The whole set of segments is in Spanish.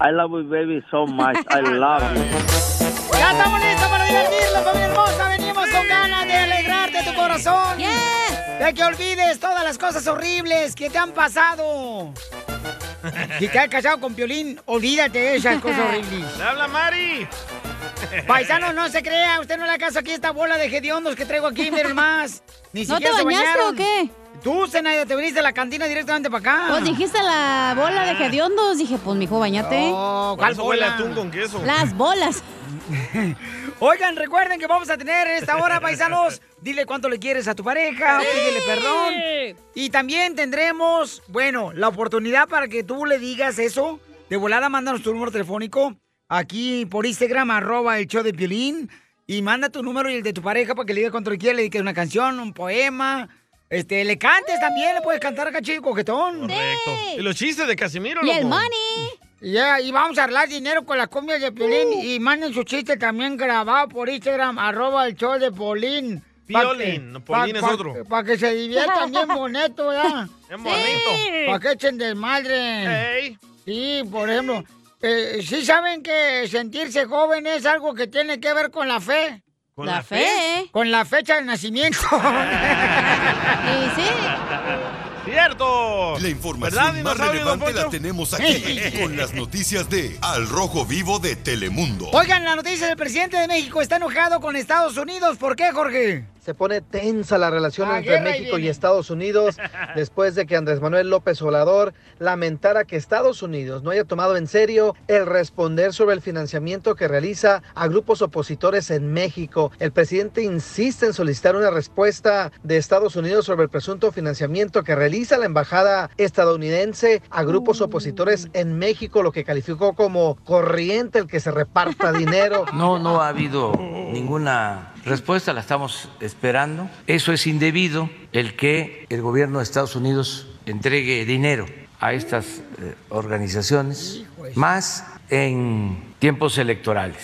I love you, baby, so much. I love you. Ya estamos listos para divertirnos, familia hermosa. Venimos con ganas de alegrarte tu corazón. De que olvides todas las cosas horribles que te han pasado. Si te has casado con Piolín, olvídate de esas cosas horribles. ¡Le habla Mari! Paisano, no se crea, usted no le acaso aquí esta bola de hediondos que traigo aquí, miren más. Ni ¿No te siquiera se bañaste bañaron. o qué? Tú, Zenaida, te viniste a la cantina directamente para acá. Pues dijiste la bola de hediondos. Dije, pues, mijo, bañate. Ah. No, ¿cuál Por eso huele bola? atún con queso. Las bolas. Oigan, recuerden que vamos a tener esta hora, paisanos. Dile cuánto le quieres a tu pareja, Sí. pídele perdón. Y también tendremos, bueno, la oportunidad para que tú le digas eso. De volada, mándanos tu número telefónico aquí por Instagram, arroba el show de Piolín. Y manda tu número y el de tu pareja para que le digas cuánto le quieres, le dediques una canción, un poema. Este, le cantes también, le puedes cantar cachillo coquetón. Correcto. ¿Y los chistes de Casimiro, Y el loco? money. Uh. Ya, y vamos a arreglar dinero con las cumbias de Piolín. Y manden su chiste también grabado por Instagram, arroba el show de Polín. Piolín, no, Polín es otro. Para que se diviertan bien bonito, ¿verdad? Es bonito. Para que echen desmadre. Sí, por ejemplo, eh, ¿sí saben que sentirse joven es algo que tiene que ver con la fe? ¿Con ¿La la fe? fe? Con la fecha de nacimiento. ¡Cierto! La ¿Verdad, información más dinosaurio, don relevante la Poncho? tenemos aquí con las noticias de Al Rojo Vivo de Telemundo. Oigan, la noticia del presidente de México está enojado con Estados Unidos. ¿Por qué, Jorge? Se pone tensa la relación La entre guerra ahí México y viene. Estados Unidos después de que Andrés Manuel López Obrador lamentara que Estados Unidos no haya tomado en serio el responder sobre el financiamiento que realiza a grupos opositores en México. El presidente insiste en solicitar una respuesta de Estados Unidos sobre el presunto financiamiento que realiza la embajada estadounidense a grupos Mm. opositores en México, lo que calificó como corriente el que se reparta dinero. No, no ha habido ninguna respuesta, la estamos esperando. Eso es indebido, el que el gobierno de Estados Unidos entregue dinero a estas eh, organizaciones, más en tiempos electorales.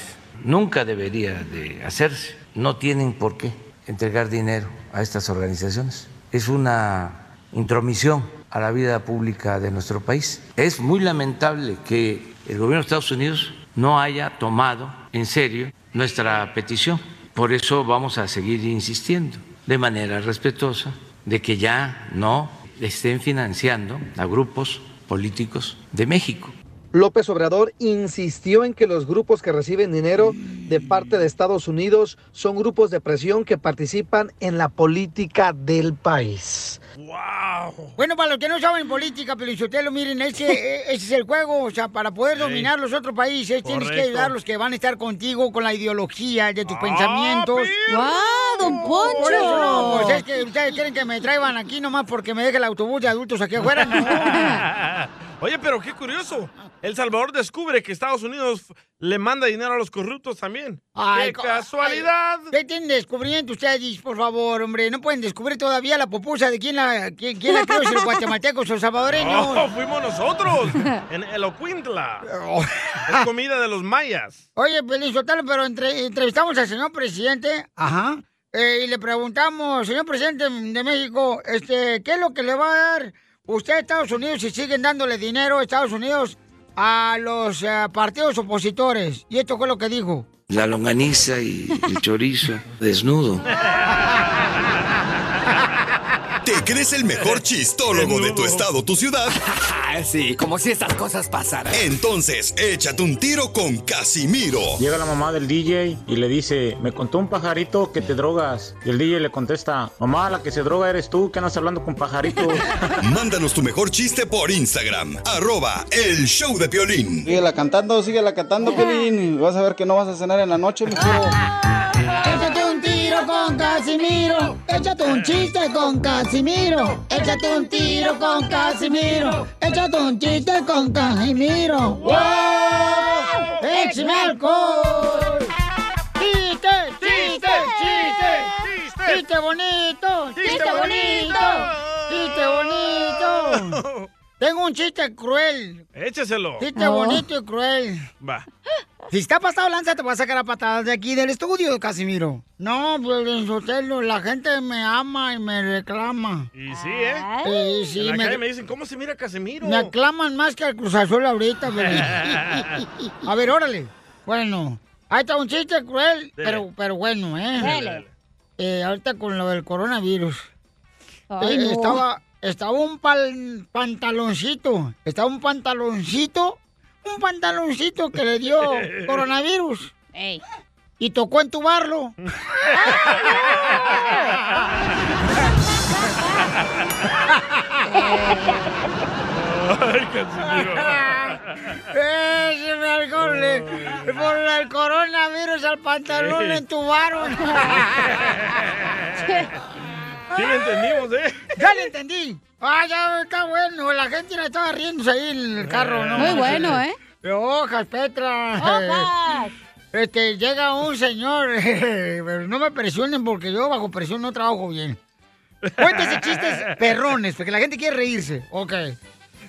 Nunca debería de hacerse, no tienen por qué entregar dinero a estas organizaciones. Es una intromisión a la vida pública de nuestro país. Es muy lamentable que el gobierno de Estados Unidos no haya tomado en serio nuestra petición. Por eso vamos a seguir insistiendo de manera respetuosa de que ya no estén financiando a grupos políticos de México. López Obrador insistió en que los grupos que reciben dinero de parte de Estados Unidos son grupos de presión que participan en la política del país. Bueno, para los que no saben política, Pelichotelo, miren, ese, eh, ese es el juego. O sea, para poder dominar los otros países, tienes que Correcto. ayudar a los que van a estar contigo con la ideología de tus Ah, pensamientos. ¡Guau, don Poncho! Por eso no, pues es que ustedes quieren que me traigan aquí nomás porque me deje el autobús de adultos aquí afuera. No. Oye, pero qué curioso. El Salvador descubre que Estados Unidos le manda dinero a los corruptos también. Ay, ¡Qué co- casualidad! ay, ¿Qué tienen descubrimiento ustedes, por favor, hombre? No pueden descubrir todavía la popusa de quién la, quién, quién la creó, si los guatemaltecos o los salvadoreños. No, fuimos nosotros en Elocuintla. Oh. Es comida de los mayas. Oye, Pelizotelo, pero entre- entrevistamos al señor presidente Ajá. eh, y le preguntamos, señor presidente de México, este, ¿qué es lo que le va a dar usted a Estados Unidos si siguen dándole dinero a Estados Unidos a los eh, partidos opositores? Y esto fue lo que dijo. La longaniza y el chorizo desnudo. ¿Te crees el mejor chistólogo de tu estado, tu ciudad? sí, como si estas cosas pasaran. Entonces, échate un tiro con Casimiro. Llega la mamá del DJ y le dice, me contó un pajarito que te drogas. Y el DJ le contesta, mamá, la que se droga eres tú, que andas hablando con pajaritos. Mándanos tu mejor chiste por Instagram, arroba el show de Piolín. Síguela cantando, síguela cantando, Pelín. Vas a ver que no vas a cenar en la noche, mijo. Échate un tiro con Casimiro. Échate un chiste con Casimiro. Échate un tiro con Casimiro. Échate un chiste con Casimiro. ¡Wow! ¡Échame alcohol! ¡Chiste, chiste, chiste! ¡Chiste, bonito! ¡Chiste bonito! ¡Chiste bonito! Tengo un chiste cruel. Écheselo. Oh. Chiste bonito y cruel. Va. Si está pasado lanza, te voy a sacar a patadas de aquí del estudio, Casimiro. No, pues en su hotel la gente me ama y me reclama. Y sí, ¿eh? Sí, sí, en la me- calle me dicen, ¿cómo se mira Casimiro? Me aclaman más que al Cruz Azul ahorita, Piolín. A ver, órale. Bueno, ahí está un chiste cruel, Dele. pero, pero bueno, ¿eh? Dele, dele. Eh, ahorita con lo del coronavirus. Ay, Eh, no. Estaba, estaba un pal- pantaloncito, estaba un pantaloncito, un pantaloncito que le dio coronavirus. Y tocó entubarlo. Ay, Casimiro. ¡Eh, se me alcohol! le- Por el coronavirus al pantalón Sí. le entubaron. Sí lo entendimos, ¿eh? ¡Ya le entendí! ¡Ah, ya está bueno! La gente la estaba riéndose ahí en el carro, ¿no? Muy bueno, ¿eh? De hojas, Petra. ¡Hojas! Este, llega un señor, pero no me presionen porque yo bajo presión no trabajo bien. Cuéntese chistes perrones, porque la gente quiere reírse. Ok.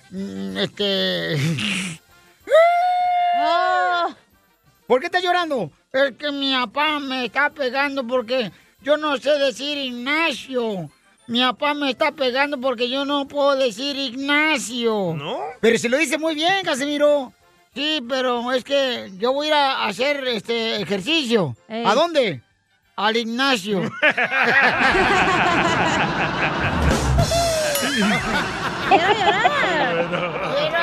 Mm, Este... ¿Por qué estás llorando? Es que mi papá me está pegando porque yo no sé decir Ignacio. Mi papá me está pegando porque yo no puedo decir Ignacio. ¿No? Pero se lo dice muy bien, Casimiro. Sí, pero es que yo voy a ir a hacer este ejercicio. Ey. ¿A dónde? Al Ignacio. Quiero tá-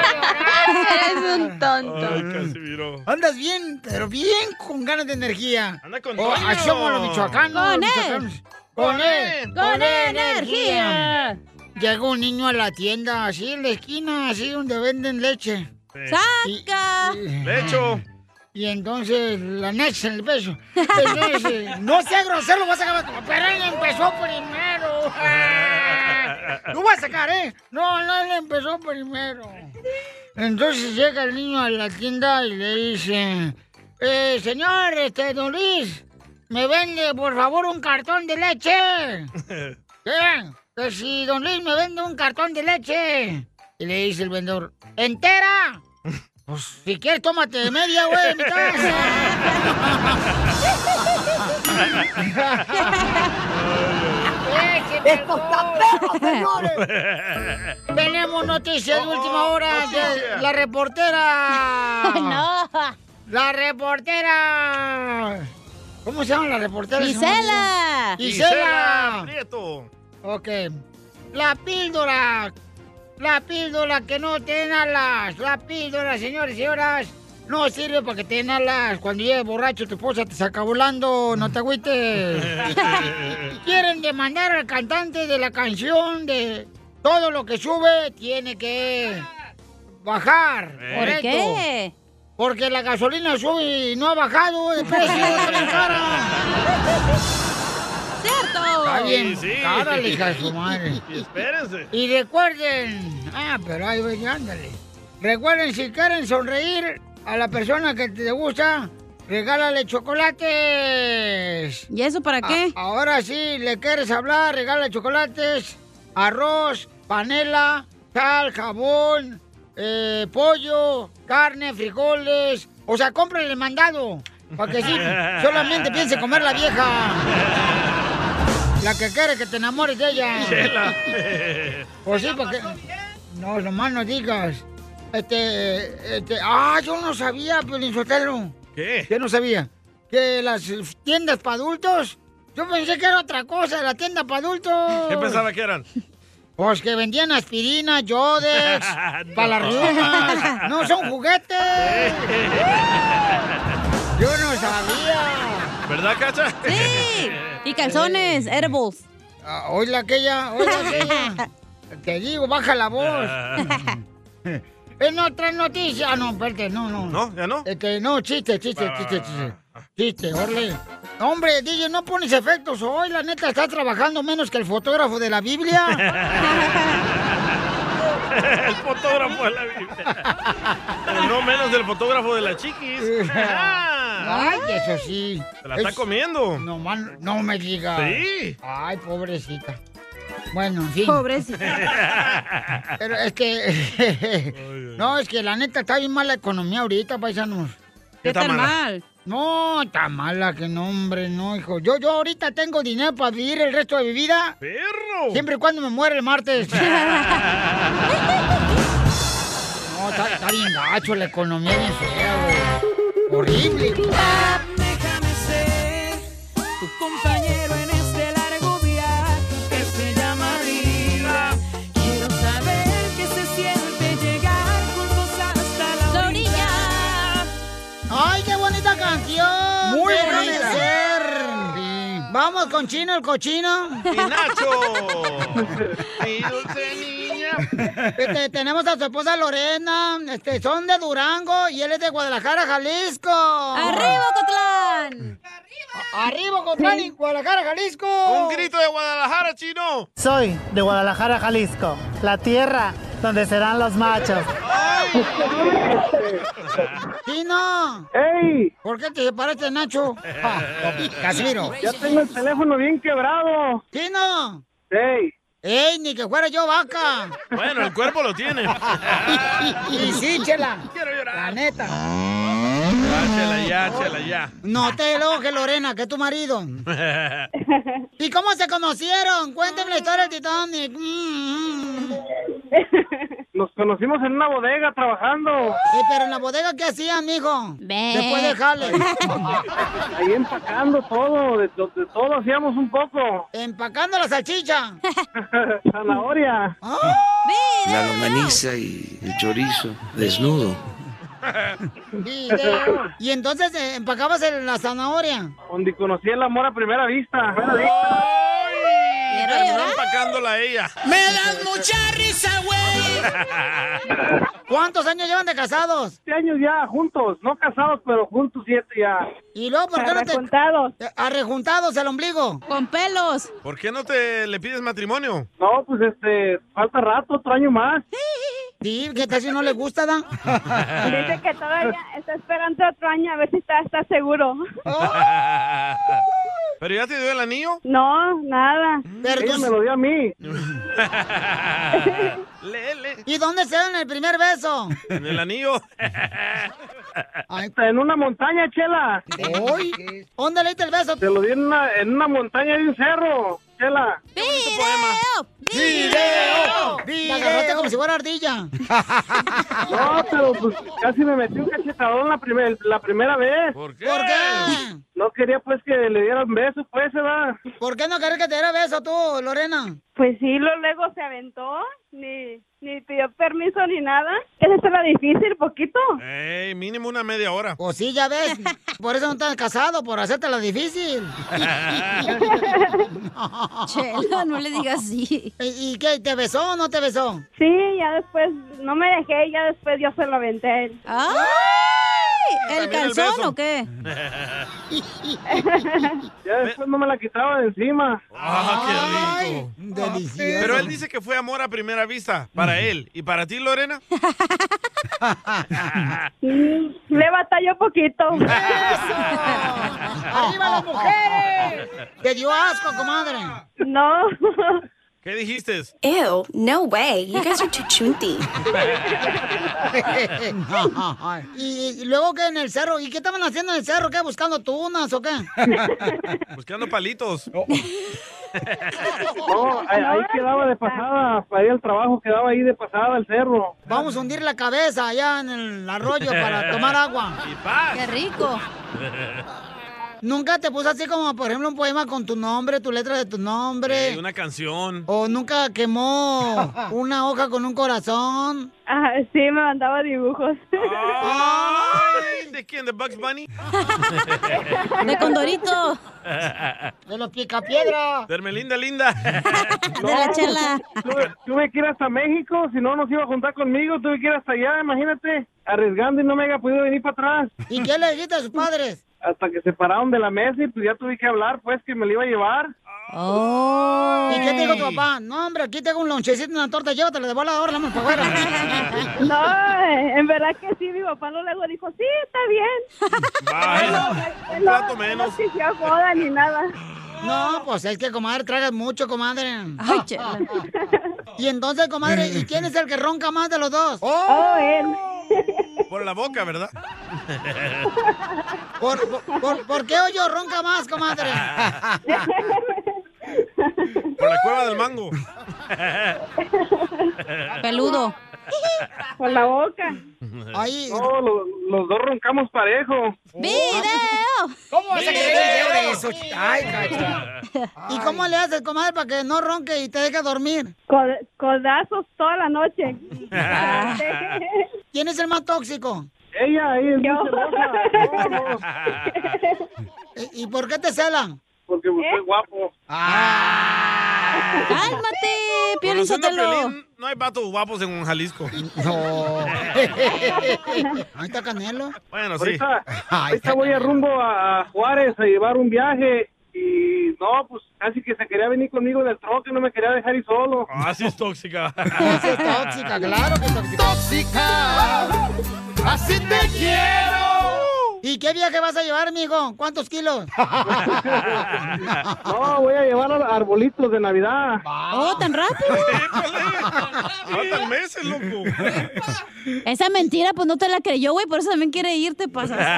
Eres un tonto. Ay, Casimiro. Andas bien, pero bien con ganas de energía. Anda con oh, Toño. Así somos los michoacanos. Con los él. michoacanos. Con Con él. él. Con energía. Llega un niño a la tienda, así en la esquina, así donde venden leche. ¡Saca! ¡Lecho! Y entonces la nex en el peso. Entonces, no sea grosero, lo vas a acabar. Pero él empezó primero. Lo voy a sacar, ¿eh? No, no, él empezó primero. Entonces llega el niño a la tienda y le dice, eh, señor, este, don Luis, me vende por favor un cartón de leche. ¿Qué? Que si don Luis me vende un cartón de leche. Y le dice el vendedor, ¿entera? Pues si quieres, tómate media, güey, ¡Esto está perro, Tenemos noticias de última hora de Oh, noticia. la reportera. No. La reportera. ¿Cómo se llama la reportera? Gisela. Gisela. Prieto. Ok. La píldora. La píldora que no tiene alas. La píldora, señores y señoras. No sirve para que te den alas. Cuando llegue borracho tu esposa te saca volando. No te agüites. Quieren demandar al cantante de la canción de todo lo que sube tiene que bajar. ¿Eh? correcto. ¿Por qué? Porque la gasolina sube y no ha bajado de precio. está bien cara. ¡Cierto! Está bien Sí, sí. cara la tá hija de su madre. Y espérense. Y recuerden, ah, pero ahí voy, ándale. Recuerden, si quieren sonreír a la persona que te gusta, regálale chocolates. ¿Y eso para qué? A- ahora sí, le quieres hablar, regálale chocolates, arroz, panela, sal, jabón, eh, pollo, carne, frijoles. O sea, cómprale el mandado. Para que sí, solamente piense comer la vieja. La que quiere que te enamores de ella. Chela. Pues sí, porque. No, nomás no digas. Este, este. Ah, yo no sabía, Sotelo. ¿Qué? Yo no sabía. Que las eh, tiendas para adultos. Yo pensé que era otra cosa, la tienda para adultos. ¿Qué pensaba que eran? Pues que vendían aspirina, Yodex, Ah, No. para las reumas. No son juguetes. Yo no sabía. ¿Verdad, Cacha? Sí. Y calzones, edibles. Ah, Oíla aquella, oíla aquella. Te digo, baja la voz. Ah. En otras noticias. Ah, no, espérate, no, no. ¿No? ¿Ya no? Este, no, chiste, chiste, Va, va, chiste, va, chiste. Chiste, orle. No, Hombre, DJ, no pones efectos hoy. La neta está trabajando menos que el fotógrafo de la Biblia. El fotógrafo de la Biblia. Pero no menos del fotógrafo de la chiquis. Ah. Ay, eso sí. Se la está Es- comiendo. No, man, no me digas. Sí. Ay, pobrecita. Bueno, en fin. Pobrecita. Pero es que. no, es que la neta está bien mala la economía ahorita, paisanos. ¿Qué está mala? No, está mala, que no, hombre, no, hijo. Yo, yo ahorita tengo dinero para vivir el resto de mi vida. ¡Perro! Siempre y cuando me muera el martes. No, está, está bien gacho, la economía es bien fea, güey. Horrible. Déjame ser tu compañero en este largo viaje que se llama vida. Quiero saber qué se siente llegar juntos hasta la orilla. ¡Ay, qué bonita canción! Muy Déjame bonita. ser. Vamos con Chino el cochino. ¡Y Nacho! Mi dulce niña. Este, tenemos a su esposa Lorena. Este, son de Durango y él es de Guadalajara, Jalisco. ¡Arriba, Cotlán! ¡Arriba, Cotlán y Guadalajara, Jalisco! ¡Un grito de Guadalajara, chino! Soy de Guadalajara, Jalisco, la tierra donde serán los machos. ¡Chino! ¡Ey! ¿Por qué te separaste, Nacho? Ah, Casimiro. Ya tengo el teléfono bien quebrado. ¡Chino! ¡Ey! ¡Ey, ni que fuera yo vaca! Bueno, el cuerpo lo tiene. y sí, chela. Quiero llorar. La neta. Ya, chela, ya, chela, ya. No te elojes, Lorena, que es tu marido. ¿Y cómo se conocieron? Cuéntame la historia del Titanic. Mm, mm. Nos conocimos en una bodega trabajando. Eh, pero en la bodega, ¿qué hacían, mijo? Después de jale. Ahí empacando todo, de, de- de todo hacíamos un poco. Empacando la salchicha. Ah, Zanahoria. La lomaniza y el chorizo desnudo. Video. Y entonces eh, empacabas el- la zanahoria. Donde conocí el amor a primera vista. Y terminó empacándola a ella. ¡Me das mucha risa, güey! ¿Cuántos años llevan de casados? Siete años ya, juntos. No casados, pero juntos siete ya. ¿Y luego por qué no te... Arrejuntados. Arrejuntados el ombligo. Con pelos. ¿Por qué no te le pides matrimonio? No, pues este, falta rato, otro año más. Sí, que casi no le gusta, Dan. Dice que todavía está esperando otro año a ver si está, está seguro. Oh. ¿Pero ya te dio el anillo? No, nada. Pero Ella me lo dio a mí. ¿Y dónde se dan el primer beso? ¿En el anillo? En una montaña, chela. ¿Hoy? ¿Dónde le diste el beso? Te lo di en una, en una montaña de un cerro, chela. ¡Video! La agarraste como si fuera ardilla. No, pero pues casi me metí un cachetadón la, primer- la primera vez. ¿Por qué? No quería pues que le dieran besos, pues, se va. ¿Por qué no querés que te diera beso tú, Lorena? Pues sí, lo luego se aventó, ni, ni pidió permiso ni nada. Eso estaba difícil, poquito. Ey, mínimo una media hora. Pues sí, ya ves. Por eso no estás casado, por hacerte la difícil. Chela, no le digas así. ¿Y, y qué? ¿Te besó o no te besó? Sí, ya después no me dejé, ya después yo se lo aventé a él. ¿El calzón o qué? Ya después no me la quitaba de encima. ¡Ah, qué rico! Delicioso. Pero él dice que fue amor a primera vista para él. ¿Y para ti, Lorena? Mm, Le batalló poquito. ¡Arriba las mujeres! ¡Te dio asco, comadre! No. ¿Qué dijiste? Ew, no way. You guys are too chunty. ¿Y, y luego qué en el cerro? ¿Y qué estaban haciendo en el cerro? ¿Qué? ¿Buscando tunas o qué? Buscando palitos. Oh. No, ahí, ahí quedaba de pasada, para ir al trabajo quedaba ahí de pasada el cerro. Vamos a hundir la cabeza allá en el arroyo para tomar agua. ¡Qué rico! ¿Nunca te puso así como, por ejemplo, un poema con tu nombre, tu letra de tu nombre? Ey, una canción. ¿O nunca quemó una hoja con un corazón? sí, me mandaba dibujos. Ay, ¿De quién? ¿De Bugs Bunny? De Condorito. ¡De los picapiedra! De Hermelinda Linda. No, Tuve, tuve que ir hasta México, si no nos iba a juntar conmigo, tuve que ir hasta allá, imagínate, arriesgando y no me había podido venir para atrás. ¿Y qué le dijiste a sus padres? Hasta que se pararon de la mesa y pues ya tuve que hablar, pues que me lo iba a llevar. Oh. ¿Y qué te dijo tu papá? No, hombre, aquí tengo un lonchecito, una torta, llévatela de bola ahora, vamos para afuera. No, en verdad que sí, mi papá no luego dijo, sí, está bien. Vaya, un plato menos. No exigió boda ni nada. No, pues es que, comadre, tragas mucho, comadre. Ay, Y entonces, comadre, ¿y quién es el que ronca más de los dos? Oh, él. Por la boca, ¿verdad? ¿Por, por, por- por qué hoyo ronca más, comadre? Por la cueva del mango. Peludo. Por la boca. No, Oh, lo- los dos roncamos parejo. ¡Video! ¿Cómo vas a querer video de eso? Ay, cacha. ¿Y cómo le haces, comadre, para que no ronque y te deje dormir? codazos toda la noche. ¿Quién es el más tóxico? Ella, ella es muy celosa. ¿Y, y por qué te celan? ¿Eh? Porque pues, soy guapo. Ah. ¡Cálmate, Piolín Conociendo a Sotelo! Piolín, no hay vatos guapos en un Jalisco. No. Ahí está Canelo. Bueno, sí. ahorita, ahorita voy a rumbo a, a Juárez a llevar un viaje y no, pues casi que se quería venir conmigo del troque, no me quería dejar ir solo. Así Ah, es tóxica. Así es tóxica, claro que es tóxica. Tóxica, así te quiero. ¿Y qué viaje vas a llevar, amigo? ¿Cuántos kilos? No, voy a llevar a arbolitos de Navidad. ¡Oh, tan rápido! Faltan meses, eh, loco. Esa mentira, pues no te la creyó, güey. Por eso también quiere irte, pasaste.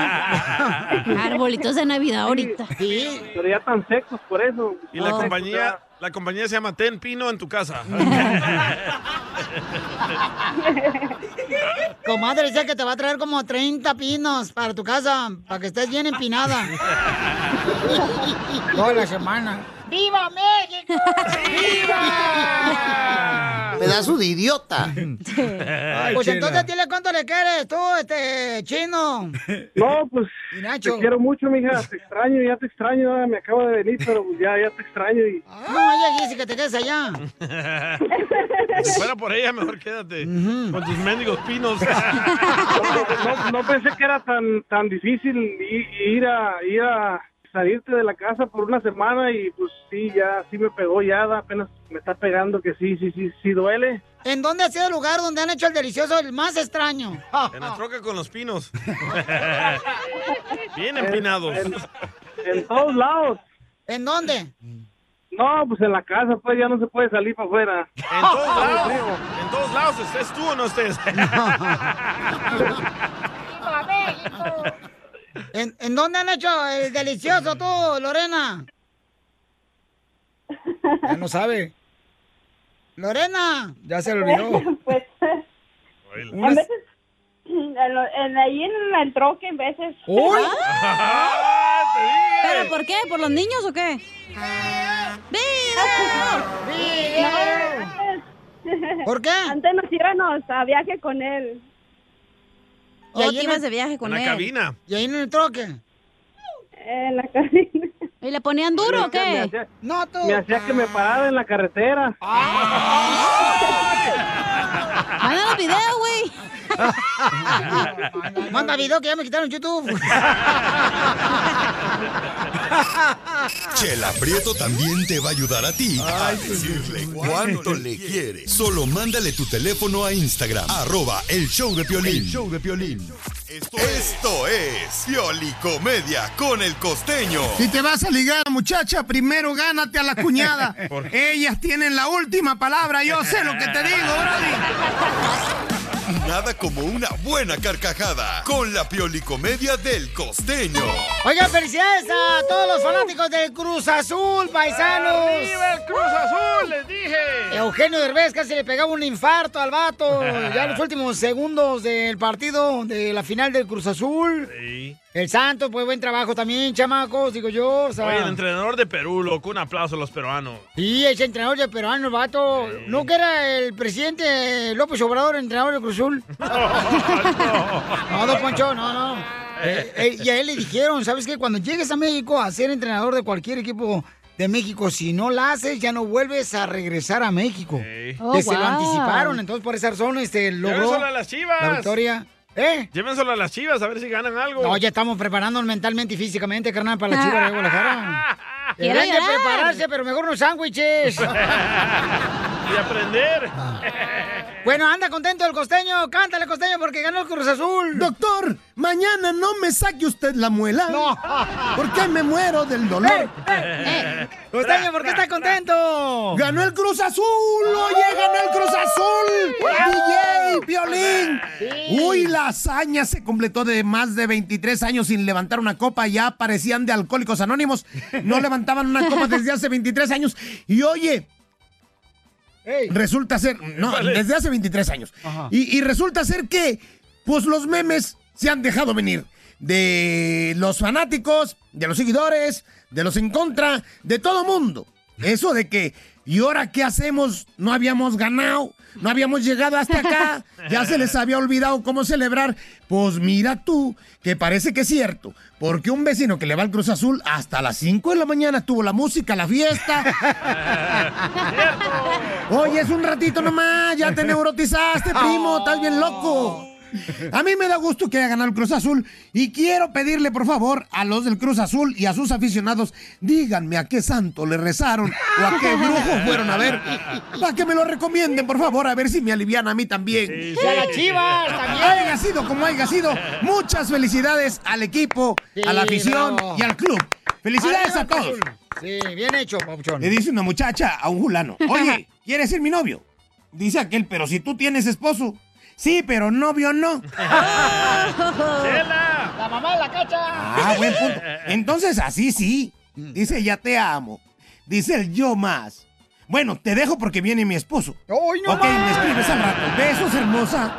Arbolitos de Navidad ahorita. Pero ya tan secos por eso. Y la Oh. compañía, la compañía se llama Ten Pino en tu casa. Comadre, dice que te va a traer como 30 pinos para tu casa, para que estés bien empinada. Toda la semana. ¡Viva México! Pues ¡Viva! Pedazo de idiota. pues entonces dile cuánto le quieres tú, este chino. No, pues Y Nacho. te quiero mucho, mija. Te extraño, ya te extraño. ah, Me acabo de venir, pero pues, ya, ya te extraño. Y... No, ella dice que te quedes allá. Si fuera por ella, mejor quédate. Con tus mendigos pinos. No, no pensé que era tan tan difícil i- ir a ir a salirte de la casa por una semana y pues sí, ya sí me pegó ya, da- apenas me está pegando que sí, sí, sí, sí duele. ¿En dónde ha sido el lugar donde han hecho el delicioso el más extraño? En la troca con los pinos. Bien empinados. En todos lados. ¿En dónde? No, pues en la casa, pues ya no se puede salir para afuera. En todos lados. En todos lados. ¿Estés tú o no estés? ¿En, en dónde han hecho el delicioso tú, Lorena? Ya no sabe. Lorena. Ya se le olvidó. Pues, a Unas- veces, en lo- en- ahí en el troque, en veces. ¡Uy! ¿Pero por qué? ¿Por los niños o qué? Ah. ¡Video! ¿Por qué? Antes nos íbamos a viaje con él. Oh, te ibas de viaje con él. ¿Y ahí en el troque? En Eh, la cabina. ¿Y le ponían duro o Me qué? hacía- No, tú. Me hacía que me parara en la carretera. Ah, Manda los videos, güey. Manda video que ya me quitaron YouTube. Chela Prieto también te va a ayudar a ti a decirle cuánto le quiere. Solo mándale tu teléfono a Instagram, arroba el show de Piolín. El show de Esto es Pioli Comedia con el costeño. Si te vas a ligar, muchacha, primero gánate a la cuñada. ¿Por Ellas tienen la última palabra, yo sé lo que te digo, Nada como una buena carcajada con la Pioli Comedia del costeño. Oigan, felicidades a todos los fanáticos del Cruz Azul, paisanos. ¡Viva el Cruz Azul! ¡Les dije! Eugenio Derbez casi le pegaba un infarto al vato. Ya en los últimos segundos del partido de la final del Cruz Azul. El Santo, pues buen trabajo también, chamacos, digo yo. O sea, Oye, el entrenador de Perú, loco, un aplauso a los peruanos. Sí, ese entrenador de peruano, el vato. ¿No que era el presidente López Obrador, entrenador del Cruz Azul? No, don Poncho, no, no. Eh, eh, y a él le dijeron, ¿sabes qué? Cuando llegues a México a ser entrenador de cualquier equipo de México, si no la haces, ya no vuelves a regresar a México. Que Oh, se Este, lo wow. anticiparon, entonces por esa razón este, logró Llévenselo a las chivas. la victoria. ¿Eh? Llévenselo a las chivas a ver si ganan algo. No, ya estamos preparándonos mentalmente y físicamente, carnal, para la chiva de Ah, Guadalajara. Quiero Deberían de llorar. prepararse, pero mejor unos sándwiches. y aprender. Bueno, anda contento el costeño, cántale costeño porque ganó el Cruz Azul. Doctor, mañana no me saque usted la muela. No. Porque me muero del dolor. Eh. Costeño, ¿por qué está contento? ¡Oh! Ganó el Cruz Azul, oye, ganó el Cruz Azul. DJ, violín. Uy, la hazaña se completó de más de 23 años sin levantar una copa. Ya parecían de alcohólicos anónimos. No levantaban una copa desde hace 23 años. Y oye, Resulta ser, no, ¿Cuál es? desde hace 23 años. Ah. Ajá. Y, y resulta ser que, pues los memes se han dejado venir. De los fanáticos, de los seguidores, de los en contra, de todo mundo. Eso de que, ¿y ahora qué hacemos? No habíamos ganado, no habíamos llegado hasta acá, ya se les había olvidado cómo celebrar. Pues mira tú, que parece que es cierto, porque un vecino que le va al Cruz Azul hasta las 5 de la mañana tuvo la música, la fiesta. Oye, es un ratito nomás, ya te neurotizaste, primo, estás bien loco. A mí me da gusto que haya ganado el Cruz Azul y quiero pedirle por favor a los del Cruz Azul y a sus aficionados, díganme a qué santo le rezaron o a qué brujo fueron a ver, para Ah, que me lo recomienden por favor, a ver si me alivian a mí también. sí. Y a las Chivas también. Haya sido como haya sido, muchas felicidades al equipo, a la Sí, afición bravo. y al club. Felicidades Arriba a el todos. Cruz Azul. Sí, bien hecho, papuchón. Le dice una muchacha a un fulano, oye, ¿quieres ser mi novio? Dice aquel, pero si tú tienes esposo. Sí, pero novio no. ¡Chela! ¡La mamá de la cacha! Ah, buen punto. Entonces, así sí. Dice, ya te amo. Dice el yo más. Bueno, te dejo porque viene mi esposo. no ok, más! ¡Ah! me escribes al rato. Besos, hermosa.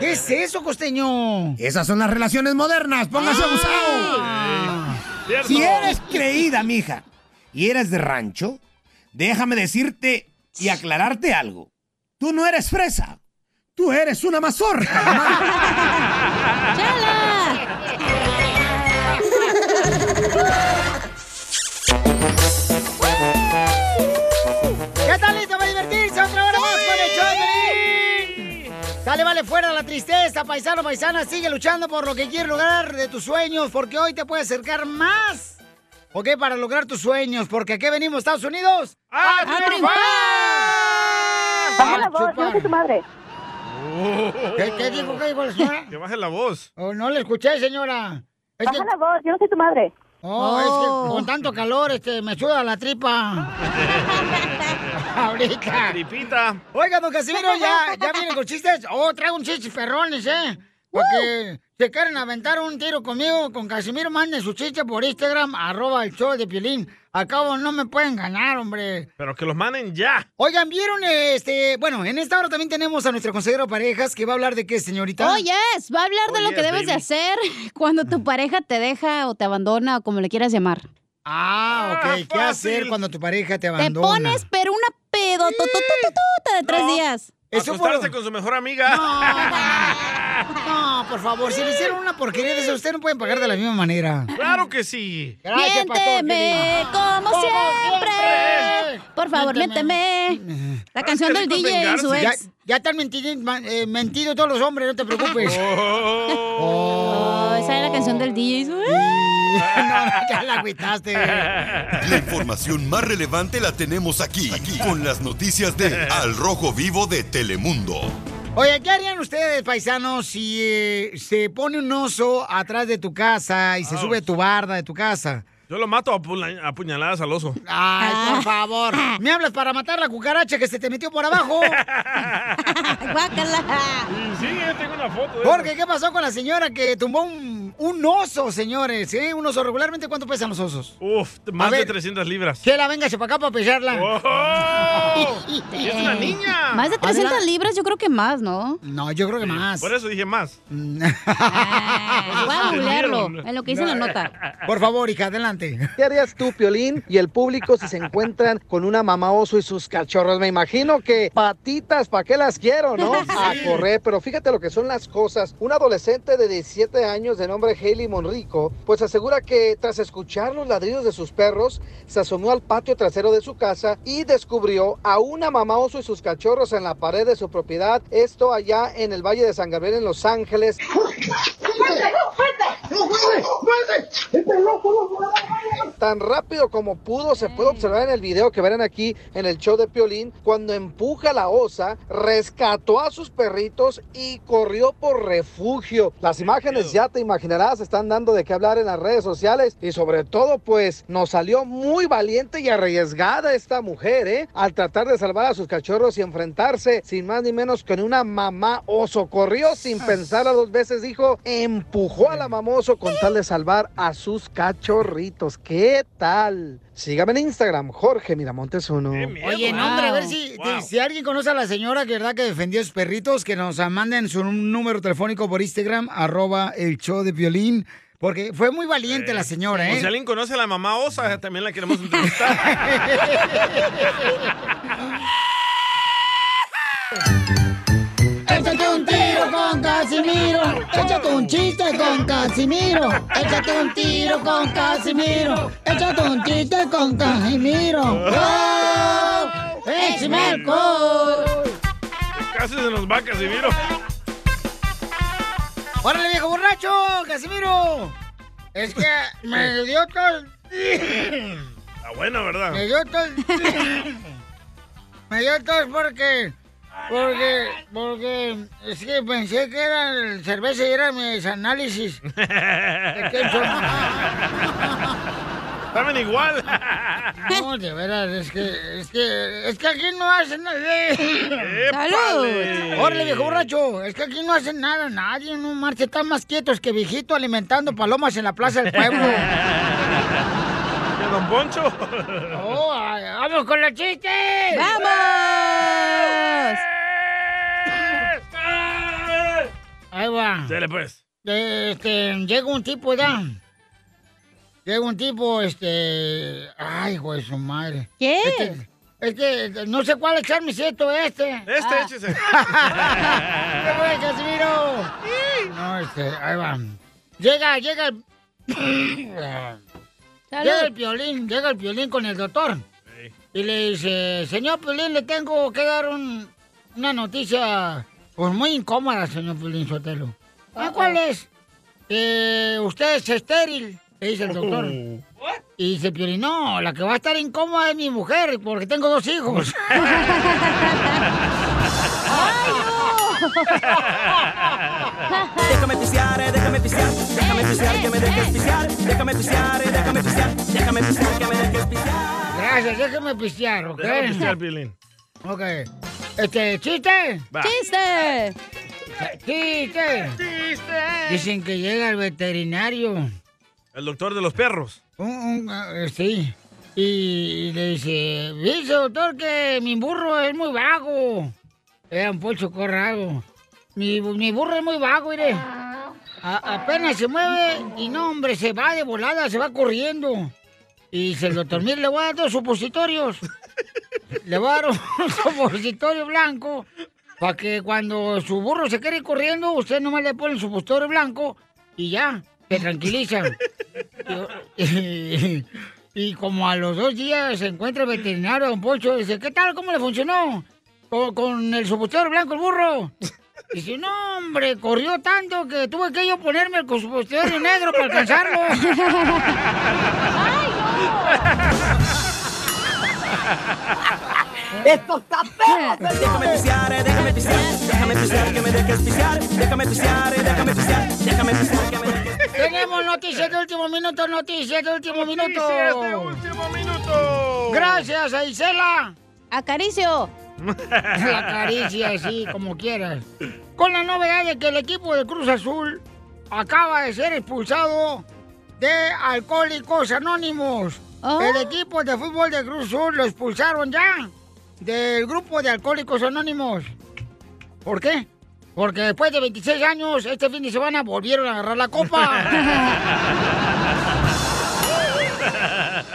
¿Qué es eso, costeño? Esas son las relaciones modernas. Póngase abusado. Si eres creída, mija, y eres de rancho, déjame decirte y aclararte algo. Tú no eres fresa. Tú eres una mazorca. ¿Ya está listo para divertirse? ¡Otra hora más con el show de Piolín! Dale, vale, fuera la tristeza, paisano, paisana. Sigue luchando por lo que quieres lograr de tus sueños, porque hoy te puede acercar más. ¿Ok? Para lograr tus sueños, porque aquí venimos, Estados Unidos, a, triunfar. Baja la voz, no sé tu madre. Oh. ¿Qué, qué dijo? ¿Qué dijo la señora? Que baje la voz. Oh, no le escuché, señora. Baja la voz, yo no soy tu madre. Oh, es que con tanto calor, este, me suda la tripa. Ahorita. Tripita. Oiga, don Casimiro, ¿ya, ya viene con chistes? Oh, traigo un chiste perrones, ¿eh? Porque se quieren aventar un tiro conmigo, con Casimiro, manden su chiste por Instagram, arroba el show de Piolín. Acabo, no me pueden ganar, hombre. Pero que los manen ya. Oigan, ¿vieron este...? Bueno, en esta hora también tenemos a nuestro consejero parejas que va a hablar de qué, señorita. Oh, yes, va a hablar de Oh, lo que yes, debes de baby. hacer cuando tu pareja te deja o te abandona o como le quieras llamar. Ah, ok. ¿Qué hacer cuando tu pareja te Te abandona? pones pero una pedo de tres días. Eso por- Acostarse con su mejor amiga. No, por favor, si le hicieron una porquería de eso, ustedes no pueden pagar de la misma manera. Claro que sí. Gracias, pastor. Miénteme Piolín. como Como siempre. siempre. Por favor, Miénteme. miénteme. La canción del DJ y su Ya, ex. ya están mentidos, mentido todos los hombres, no te preocupes. Oh, esa es la canción del DJ y su ex. ya la agüitaste. La información más relevante la tenemos aquí, aquí, con las noticias de Al Rojo Vivo de Telemundo. Oye, ¿qué harían ustedes, paisanos, si eh, se pone un oso atrás de tu casa y se sube a tu barda de tu casa? Yo lo mato a, pula- a puñaladas al oso. Ay, por favor. Me hablas para matar la cucaracha que se te metió por abajo. Sí, yo tengo una foto. de Jorge, ¿qué pasó con la señora que tumbó un, un oso, señores? eh? Un oso regularmente, ¿cuánto pesan los osos? Uf, A Más de Oh, ver. 300 libras. Chela, véngase para acá para pesarla. ¡Es una niña! Más de 300 Adela- libras, yo creo que más, ¿no? No, yo creo que más. Por eso dije más. Voy a googlearlo en lo que dice No. la nota. Ah, Por favor, hija, adelante. ¿Qué harías tú, Piolín, y el público si se encuentran con una mamá oso y sus cachorros? Me imagino que patitas, ¿para qué las quiero, no? A correr, pero fíjate lo que son las cosas. Un adolescente de 17 años de nombre Haley Monrico, pues asegura que tras escuchar los ladridos de sus perros, se asomó al patio trasero de su casa y descubrió a una mamá oso y sus cachorros en la pared de su propiedad, esto allá en el Valle de San Gabriel, en Los Ángeles. ¡Fuerte! ¡Fuerte! ¡Fuerte! ¡Fuerte! ¡Este loco! tan rápido como pudo. Se puede observar en el video que verán aquí en el show de Piolín cuando empuja a la osa, rescató a sus perritos y corrió por refugio. Las imágenes ya te imaginarás están dando de qué hablar en las redes sociales y sobre todo pues nos salió muy valiente y arriesgada esta mujer, ¿eh? Al tratar de salvar a sus cachorros y enfrentarse sin más ni menos con una mamá oso. Corrió sin pensarla dos veces, dijo, empujó a la mamá oso con tal de salvar a sus cachorritos. ¿Qué tal? Sígame en Instagram, Jorge Miramontes uno. Oye, no, hombre, a ver si, si alguien conoce a la señora que verdad que defendió a sus perritos, que nos manden su número telefónico por Instagram, arroba el show de violín. Porque fue muy valiente la señora, O ¿eh? si alguien conoce a la mamá osa, también la queremos entrevistar. Échate un tiro con Casimiro. Échate un chiste con Casimiro. Échate un tiro con Casimiro. Échate un chiste con Casimiro. ¡Wow! ¡Échame ¡Eh, alcohol! Casi se nos va, Casimiro. ¡Órale, viejo borracho, Casimiro! Es que me dio todo. Está buena, ¿verdad? Me dio todo. Me dio todo porque. Porque. Porque. Es que pensé que era el cerveza y era mis análisis. Saben igual. No, de veras, es que, es que, es que aquí no hacen nada. ¡Épale! ¡Órale, viejo borracho! Es que aquí no hacen nada, nadie, no marcha, están más quietos que viejito alimentando palomas en la plaza del pueblo. ¿De Don Poncho? Oh, ay, ¡Vamos con los chistes! ¡Vamos! Ahí va. Dele, pues. Eh, Este, llega un tipo, ¿verdad? Llega un tipo, este. Ay, güey, su madre. ¿Qué? Este, este, no sé cuál echarme si esto o este. Este, Ah. échese. ¡Qué bueno, Casimiro! No, este, ahí va. Llega, llega el. llega el piolín, llega el piolín con el doctor. Y le dice, señor Piolín, le tengo que dar un- una noticia pues muy incómoda, señor Piolín Sotelo. ¿Ah, cuál es? Que usted es estéril, le dice el doctor. Y dice Piolín, no, la que va a estar incómoda es mi mujer, porque tengo dos hijos. Déjame pisear, eh, déjame pisear, déjame pisear que me dejes pisear, déjame pisear, eh, déjame pisear, déjame pisear que me dejes pisear. Gracias, déjeme pistear, ¿ok? Déjame pistear, Piolín. Ok. Este, ¿chiste? Va. ¡Chiste! ¡Chiste! Dicen que llega el veterinario. El doctor de los perros. Un, un- eh, sí. Y, y le dice, dice doctor que mi burro es muy vago. Era un pocho corrado. Mi, bu- mi burro es muy vago, mire. A- apenas se mueve y no, hombre, se va de volada, se va corriendo. Y dice el doctor, mire, le voy a dar dos supositorios. Le voy a dar un supositorio blanco para que cuando su burro se quede corriendo, usted nomás le pone el supositorio blanco y ya, se tranquiliza. Y, y como a los dos días se encuentra el veterinario, don Poncho, dice, ¿qué tal? ¿Cómo le funcionó? ¿Con, con el supositorio blanco el burro? Dice, no, hombre, corrió tanto que tuve que yo ponerme el supositorio negro para alcanzarlo. ¡Esto está perro! Déjame pisear, eh, déjame pisear, déjame pisear que me dejes pisear, déjame pisear, eh, déjame pisear, déjame pisear que me dejes Tenemos noticias de último minuto, noticias de último minuto. Noticias de último minuto. Gracias, a Isela. Acaricio. La caricia, sí, como quieras. Con la novedad de que el equipo del Cruz Azul acaba de ser expulsado de Alcohólicos Anónimos. El equipo de fútbol de Cruz Azul lo expulsaron ya del grupo de Alcohólicos Anónimos. ¿Por qué? Porque después de 26 años, este fin de semana volvieron a agarrar la copa.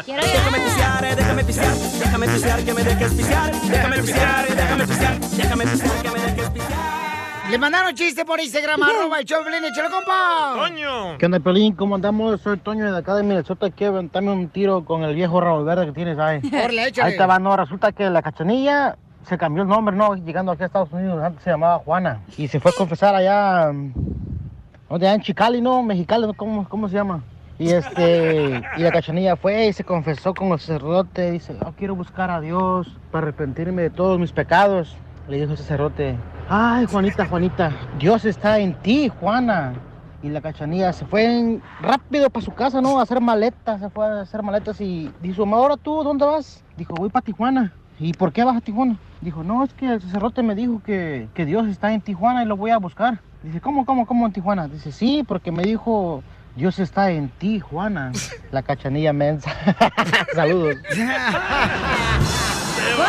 Déjame pisear, eh, déjame pisear, déjame pisear que me dejes pisear, déjame pisear, eh, déjame pisear, déjame pisear que me dejes pisear. Le mandaron chiste por Instagram, arroba el show, Belén, échale, compa. Toño. ¿Qué onda, Pelín? ¿Cómo andamos? Soy Toño de acá de Minnesota. Quiero aventarme un tiro con el viejo revólver que tienes ahí. Órale, échale. Ahí te va, no. Resulta que la cachanilla se cambió el nombre, ¿no? Llegando aquí a Estados Unidos, antes se llamaba Juana. Y se fue a confesar allá. mm, ¿Dónde? En Chicali, ¿no? Mexicali, ¿no? ¿cómo, cómo se llama? Y este, y la cachanilla fue y se confesó con el sacerdote. Dice, yo quiero buscar a Dios para arrepentirme de todos mis pecados. Le dijo el sacerdote, ay Juanita, Juanita, Dios está en ti, Juana. Y la cachanilla se fue en- rápido para su casa, ¿no? A hacer maletas, se fue a hacer maletas y dijo, "Ma, ahora tú, ¿dónde vas? Dijo, voy para Tijuana. ¿Y por qué vas a Tijuana? Dijo, no, es que el sacerdote me dijo que, que Dios está en Tijuana y lo voy a buscar. Dice, ¿cómo, cómo, cómo en Tijuana? Dice, sí, porque me dijo, Dios está en ti, Juana. La cachanilla mensa. Saludos.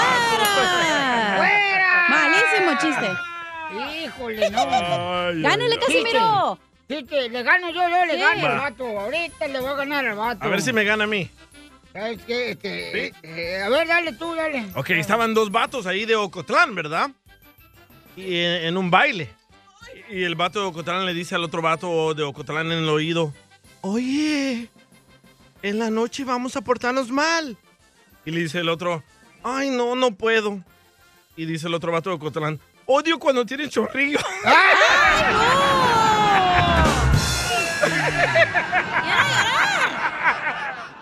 ¡Fuera! ¡Fuera! Malísimo chiste. Híjole, no. ay. ¡Gánale, Casimiro! Chiste, chiste, le gano yo, yo le Sí. gano al Va. vato. Ahorita le voy a ganar al vato. A ver si me gana a mí. ¿Sabes qué? Este, eh, a ver, dale tú, dale. Ok, estaban dos vatos ahí de Ocotlán, ¿verdad? Y en, en un baile. Y el vato de Ocotlán le dice al otro vato de Ocotlán en el oído, oye, en la noche vamos a portarnos mal. Y le dice el otro, ay, no, no puedo. Y dice el otro vato de Ocotlán, odio cuando tienes chorrillo.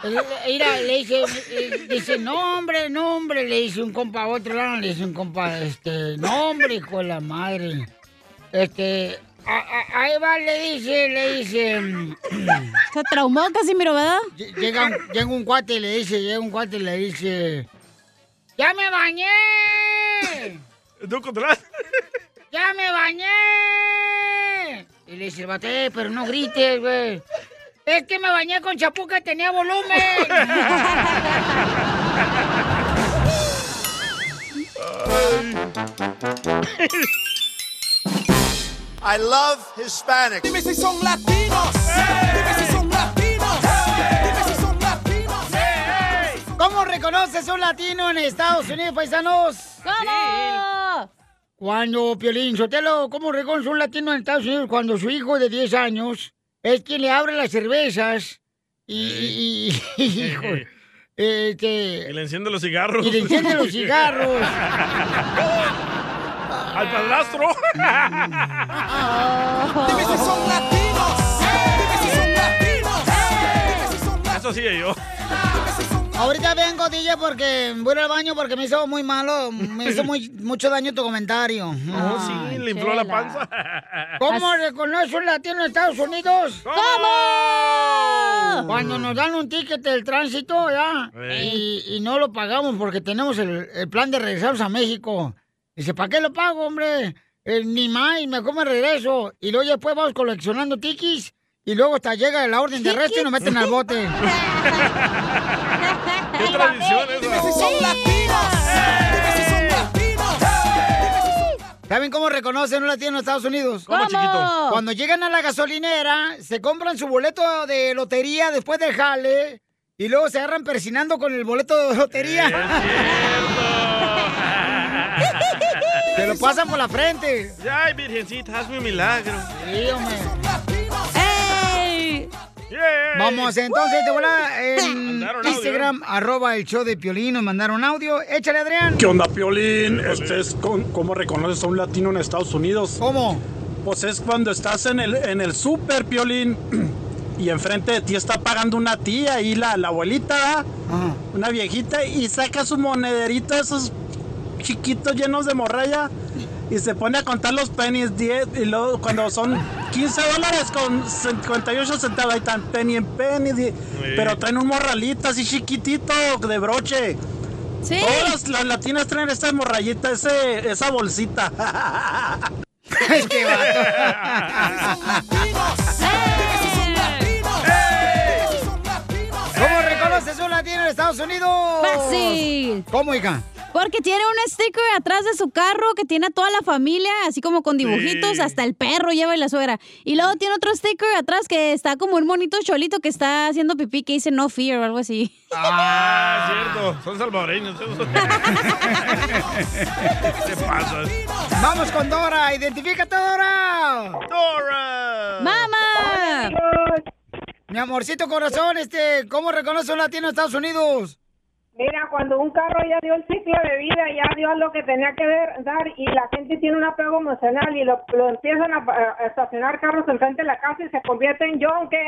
Eh, Mira, le dice, eh, dice, no, hombre, no, hombre, le dice un compa a otro lado, le dice un compa, este, no, hombre, con la madre. Este, a- a- ahí va, le dice, le dice. mm, Se traumó Casimiro, ¿verdad? Llega, un- llega un cuate y le dice, llega un cuate y le dice, ¡ya me bañé! ¿Tú controlas? ¡Ya me bañé! Y le dice el vato, "Eh, pero no grites, güey. Es que me bañé con chapuca, tenía volumen. I love Hispanic. Dime si son latinos. Dime si son latinos. Dime si son latinos. ¿Cómo reconoces un latino en Estados Unidos, paisanos? ¿Cómo? Cuando, Piolín Sotelo, ¿cómo reconoce un latino en Estados Unidos cuando su hijo de 10 años es quien le abre las cervezas y... y- y- hijo, este, Y le enciende los cigarros. Y le enciende los cigarros. al padrastro. Dime si son latinos. Dime si son latinos. Eso sí, yo. Ahorita vengo, DJ, porque voy al baño porque me hizo muy malo, me hizo muy, mucho daño tu comentario. Oh, sí, le infló la panza. ¿Cómo reconoce un latino en Estados Unidos? ¿Cómo? Cuando nos dan un ticket del tránsito, ya, Ey. y, y no lo pagamos porque tenemos el, el plan de regresarnos a México. Dice, ¿para qué lo pago, hombre? Eh, ni más, mejor me regreso. Y luego después vamos coleccionando tiquis y luego hasta llega la orden de arresto y nos meten al bote. ¿Qué tradición es Dime si son latinos. Dime si son latinos. ¿Saben cómo reconocen un latino en Estados Unidos? ¿Cómo, chiquito? Cuando llegan a la gasolinera, se compran su boleto de lotería después del jale y luego se agarran persinando con el boleto de Eh, lotería. Se lo pasan por la frente. Ay, virgencita, hazme un milagro. Sí, hombre. ¡Ey! Vamos, entonces, de volada en Mandaron audio. Instagram, arroba el show de Piolín, nos mandaron audio. Échale, Adrián. ¿Qué onda, Piolín? Este es con, ¿Cómo reconoces a un latino en Estados Unidos? ¿Cómo? Pues es cuando estás en el, en el súper, Piolín, y enfrente de ti está pagando una tía y la, la abuelita, ¿verdad? una viejita, y saca su monederito, esos chiquitos llenos de morralla, y se pone a contar los pennies 10, y luego cuando son 15 dólares con 58 centavos, ahí están penny en penny, di- pero traen un morralito así chiquitito de broche. Sí. Todas las, las latinas traen esta morrayita, ese, esa bolsita. ¿Cómo reconoces un latino en Estados Unidos? Fácil. ¿Cómo, hija? Porque tiene un sticker atrás de su carro que tiene a toda la familia, así como con dibujitos, Sí. hasta el perro lleva y la suegra. Y luego tiene otro sticker atrás que está como un monito cholito que está haciendo pipí que dice no fear o algo así. Ah, cierto. Son salvadoreños. esos. ¿Qué pasa? Vamos con Dora, identifícate Dora. Dora. Mamá. Mi amorcito corazón, este, ¿cómo reconoce un latino en Estados Unidos? Mira, cuando un carro ya dio el ciclo de vida, ya dio lo que tenía que ver- dar y la gente tiene un apego emocional y lo, lo empiezan a, a estacionar carros enfrente de la casa y se convierte en yonke.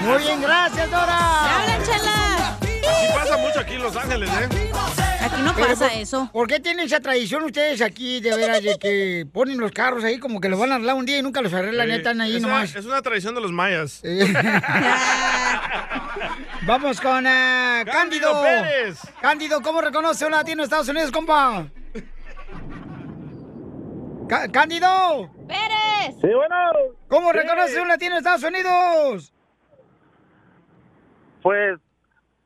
Muy bien, gracias, Dora. ¡Habla, chala! Así pasa mucho aquí en Los Ángeles, ¿eh? Aquí no Pero, pasa ¿por- eso. ¿Por qué tienen esa tradición ustedes aquí de veras de que ponen los carros ahí como que los van a arreglar un día y nunca los arreglan, ya Eh, están ahí es una- nomás? Es una tradición de los mayas. Vamos con ah, Cándido. Cándido Pérez. Cándido, ¿cómo reconoce un latino en Estados Unidos, compa? Cá- Cándido. ¡Pérez! Sí, bueno. ¿Cómo Sí. reconoce un latino en Estados Unidos? Pues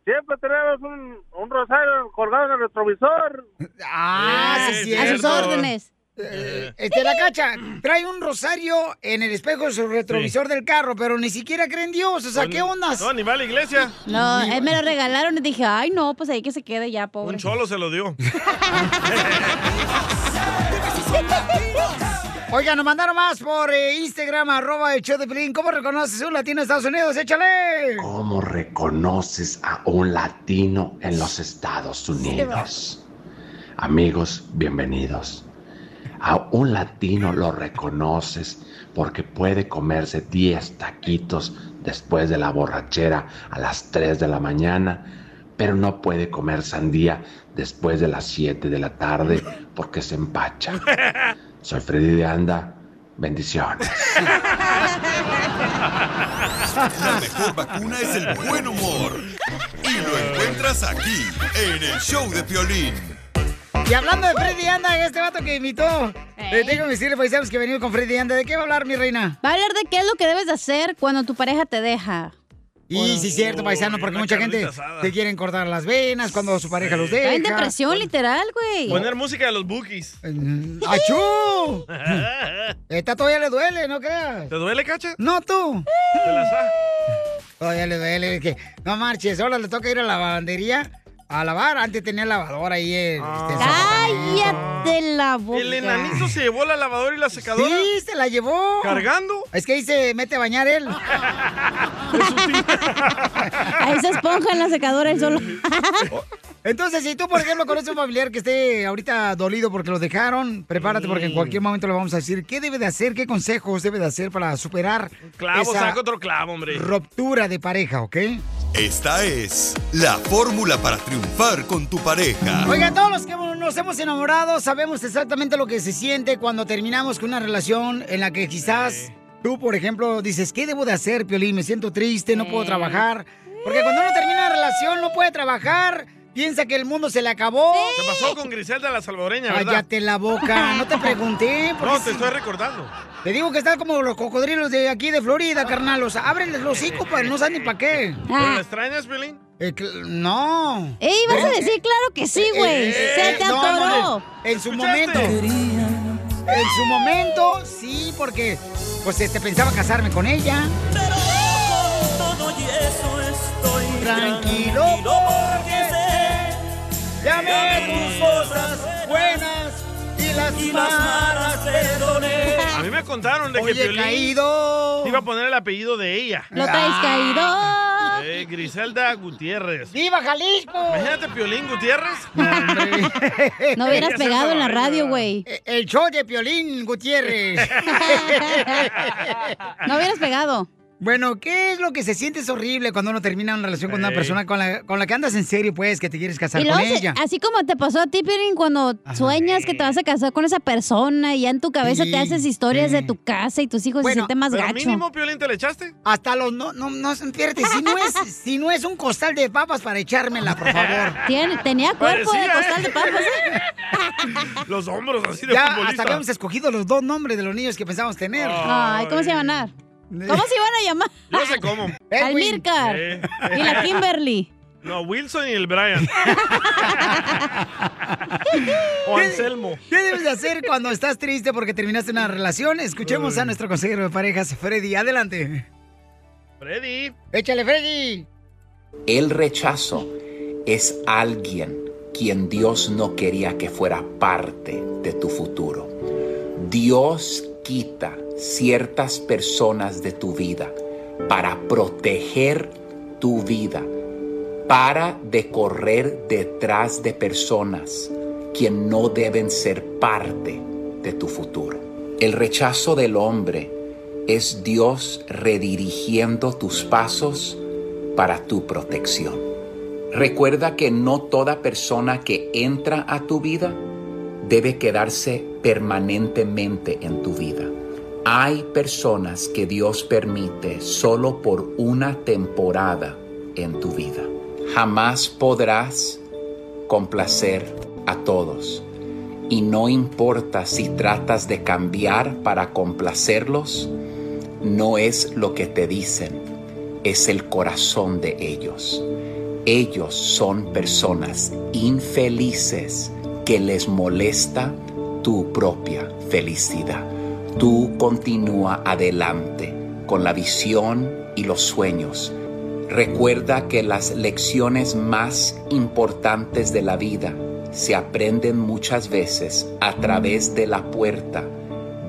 siempre tenemos un, un rosario colgado en el retrovisor. Ah, sí, A sus órdenes. Eh, Este, la cacha, trae un rosario en el espejo de su retrovisor del carro, pero ni siquiera cree en Dios. O sea, ¿qué ondas? No, ni va a la iglesia. No, eh. él me lo regalaron y dije, ay, no, pues ahí que se quede ya, pobre. Un cholo se lo dio. Oigan, nos mandaron más por eh, Instagram, arroba el show de Pelín. ¿Cómo reconoces un latino en Estados Unidos? ¡Échale! ¿Cómo reconoces a un latino en los Estados Unidos? Amigos, bienvenidos. A un latino lo reconoces porque puede comerse 10 taquitos después de la borrachera a las 3 de la mañana, pero no puede comer sandía después de las 7 de la tarde porque se empacha. Soy Freddy de Anda. Bendiciones. La mejor vacuna es el buen humor. Y lo encuentras aquí, en el show de Piolín. Y hablando de Freddy Anda, este vato que imitó, le tengo que decirle, paisanos, que venimos con Freddy Anda. ¿De qué va a hablar, mi reina? Va a hablar de qué es lo que debes de hacer cuando tu pareja te deja. Y sí, es cierto, paisano, porque mucha gente te quieren cortar las venas cuando su pareja los deja. Está en depresión, literal, güey. Poner música de los bookies. Mm, ¡Achú! Esta todavía le duele, no creas. ¿Te duele, cacha? No, tú. ¿Te las ha? Todavía le duele. Que, no marches, ahora le toca ir a la lavandería a lavar. Antes tenía lavadora ahí. eh, este, ¡Cállate la boca! Ah. El enanito se llevó la lavadora y la secadora. Sí, se la llevó. ¿Cargando? Es que ahí se mete a bañar él. Ahí se esponja en la secadora el solo. Oh. Entonces, si tú, por ejemplo, conoces a un familiar que esté ahorita dolido porque lo dejaron, prepárate porque en cualquier momento le vamos a decir qué debe de hacer, qué consejos debe de hacer para superar Clavo, esa saca otro clavo, hombre. ruptura de pareja, ¿ok? Esta es la fórmula para triunfar con tu pareja. Oigan, todos los que nos hemos enamorado sabemos exactamente lo que se siente cuando terminamos con una relación en la que quizás tú, por ejemplo, dices, ¿qué debo de hacer, Piolín? Me siento triste, no puedo Eh. trabajar. Porque cuando uno termina una relación, no puede trabajar, piensa que el mundo se le acabó. Te pasó con Griselda la salvadoreña, ¿verdad? Cállate la boca, no te pregunté. ¿por No, qué te sí? estoy recordando. Ah. Te digo que estás como los cocodrilos de aquí de Florida, carnal. O sea, ábreles los hocico, pues, no saben ni para qué. Ah. ¿Pero la extrañas, Pelín? Eh, cl- no. ¡Ey, vas a Eh, decir claro que sí, güey! eh, ¡Se te no, atoró! no, en su momento. ¿Escuchaste? En su momento, sí, porque pues este pensaba casarme con ella. Todo y eso estoy Tranquilo, porque sé ya me tus cosas buenas y las, malas perdoné. A mí me contaron de Oye, que Piolín caído. iba a poner el apellido de ella. ¡Lo traes Ah. caído! Eh, Griselda Gutiérrez. ¡Viva Jalisco! Imagínate Piolín Gutiérrez. Ah. No hubieras pegado en la radio, güey. Eh, El show de Piolín Gutiérrez. No hubieras pegado. Bueno, ¿qué es lo que se siente es horrible cuando uno termina una relación con una Ey. persona con la, con la que andas en serio, pues, que te quieres casar Y con luego, se- ella? así como te pasó a ti, Piolín, cuando sueñas que te vas a casar con esa persona y ya en tu cabeza Sí, te haces historias de tu casa y tus hijos Bueno, se sienten más pero gacho. mínimo- Piolín, ¿te le echaste? Hasta los no, no, no, fíjate, si no es, si no es un costal de papas para echármela, por favor. Tiene- tenía cuerpo de Parecía, ¿eh? costal de papas, ¿eh? Los hombros así de Ya hasta futbolista. habíamos escogido los dos nombres de los niños que pensábamos tener. Ay, ¿cómo se iban a llamar? ¿Cómo se iban a llamar? Yo sé cómo. Almircar. Eh. Y la Kimberly. No, Wilson y el Brian. o Anselmo. ¿Qué debes de hacer cuando estás triste porque terminaste una relación? Escuchemos a nuestro consejero de parejas, Freddy. Adelante. Freddy. Échale, Freddy. El rechazo es alguien quien Dios no quería que fuera parte de tu futuro. Dios quita ciertas personas de tu vida para proteger tu vida Para de correr detrás de personas que no deben ser parte de tu futuro. El rechazo del hombre es Dios redirigiendo tus pasos para tu protección. Recuerda que no toda persona que entra a tu vida debe quedarse permanentemente en tu vida. Hay personas que Dios permite solo por una temporada en tu vida. Jamás podrás complacer a todos. Y no importa si tratas de cambiar para complacerlos, no es lo que te dicen, es el corazón de ellos. Ellos son personas infelices que les molesta tu propia felicidad. Tú continúa adelante con la visión y los sueños. Recuerda que las lecciones más importantes de la vida se aprenden muchas veces a través de la puerta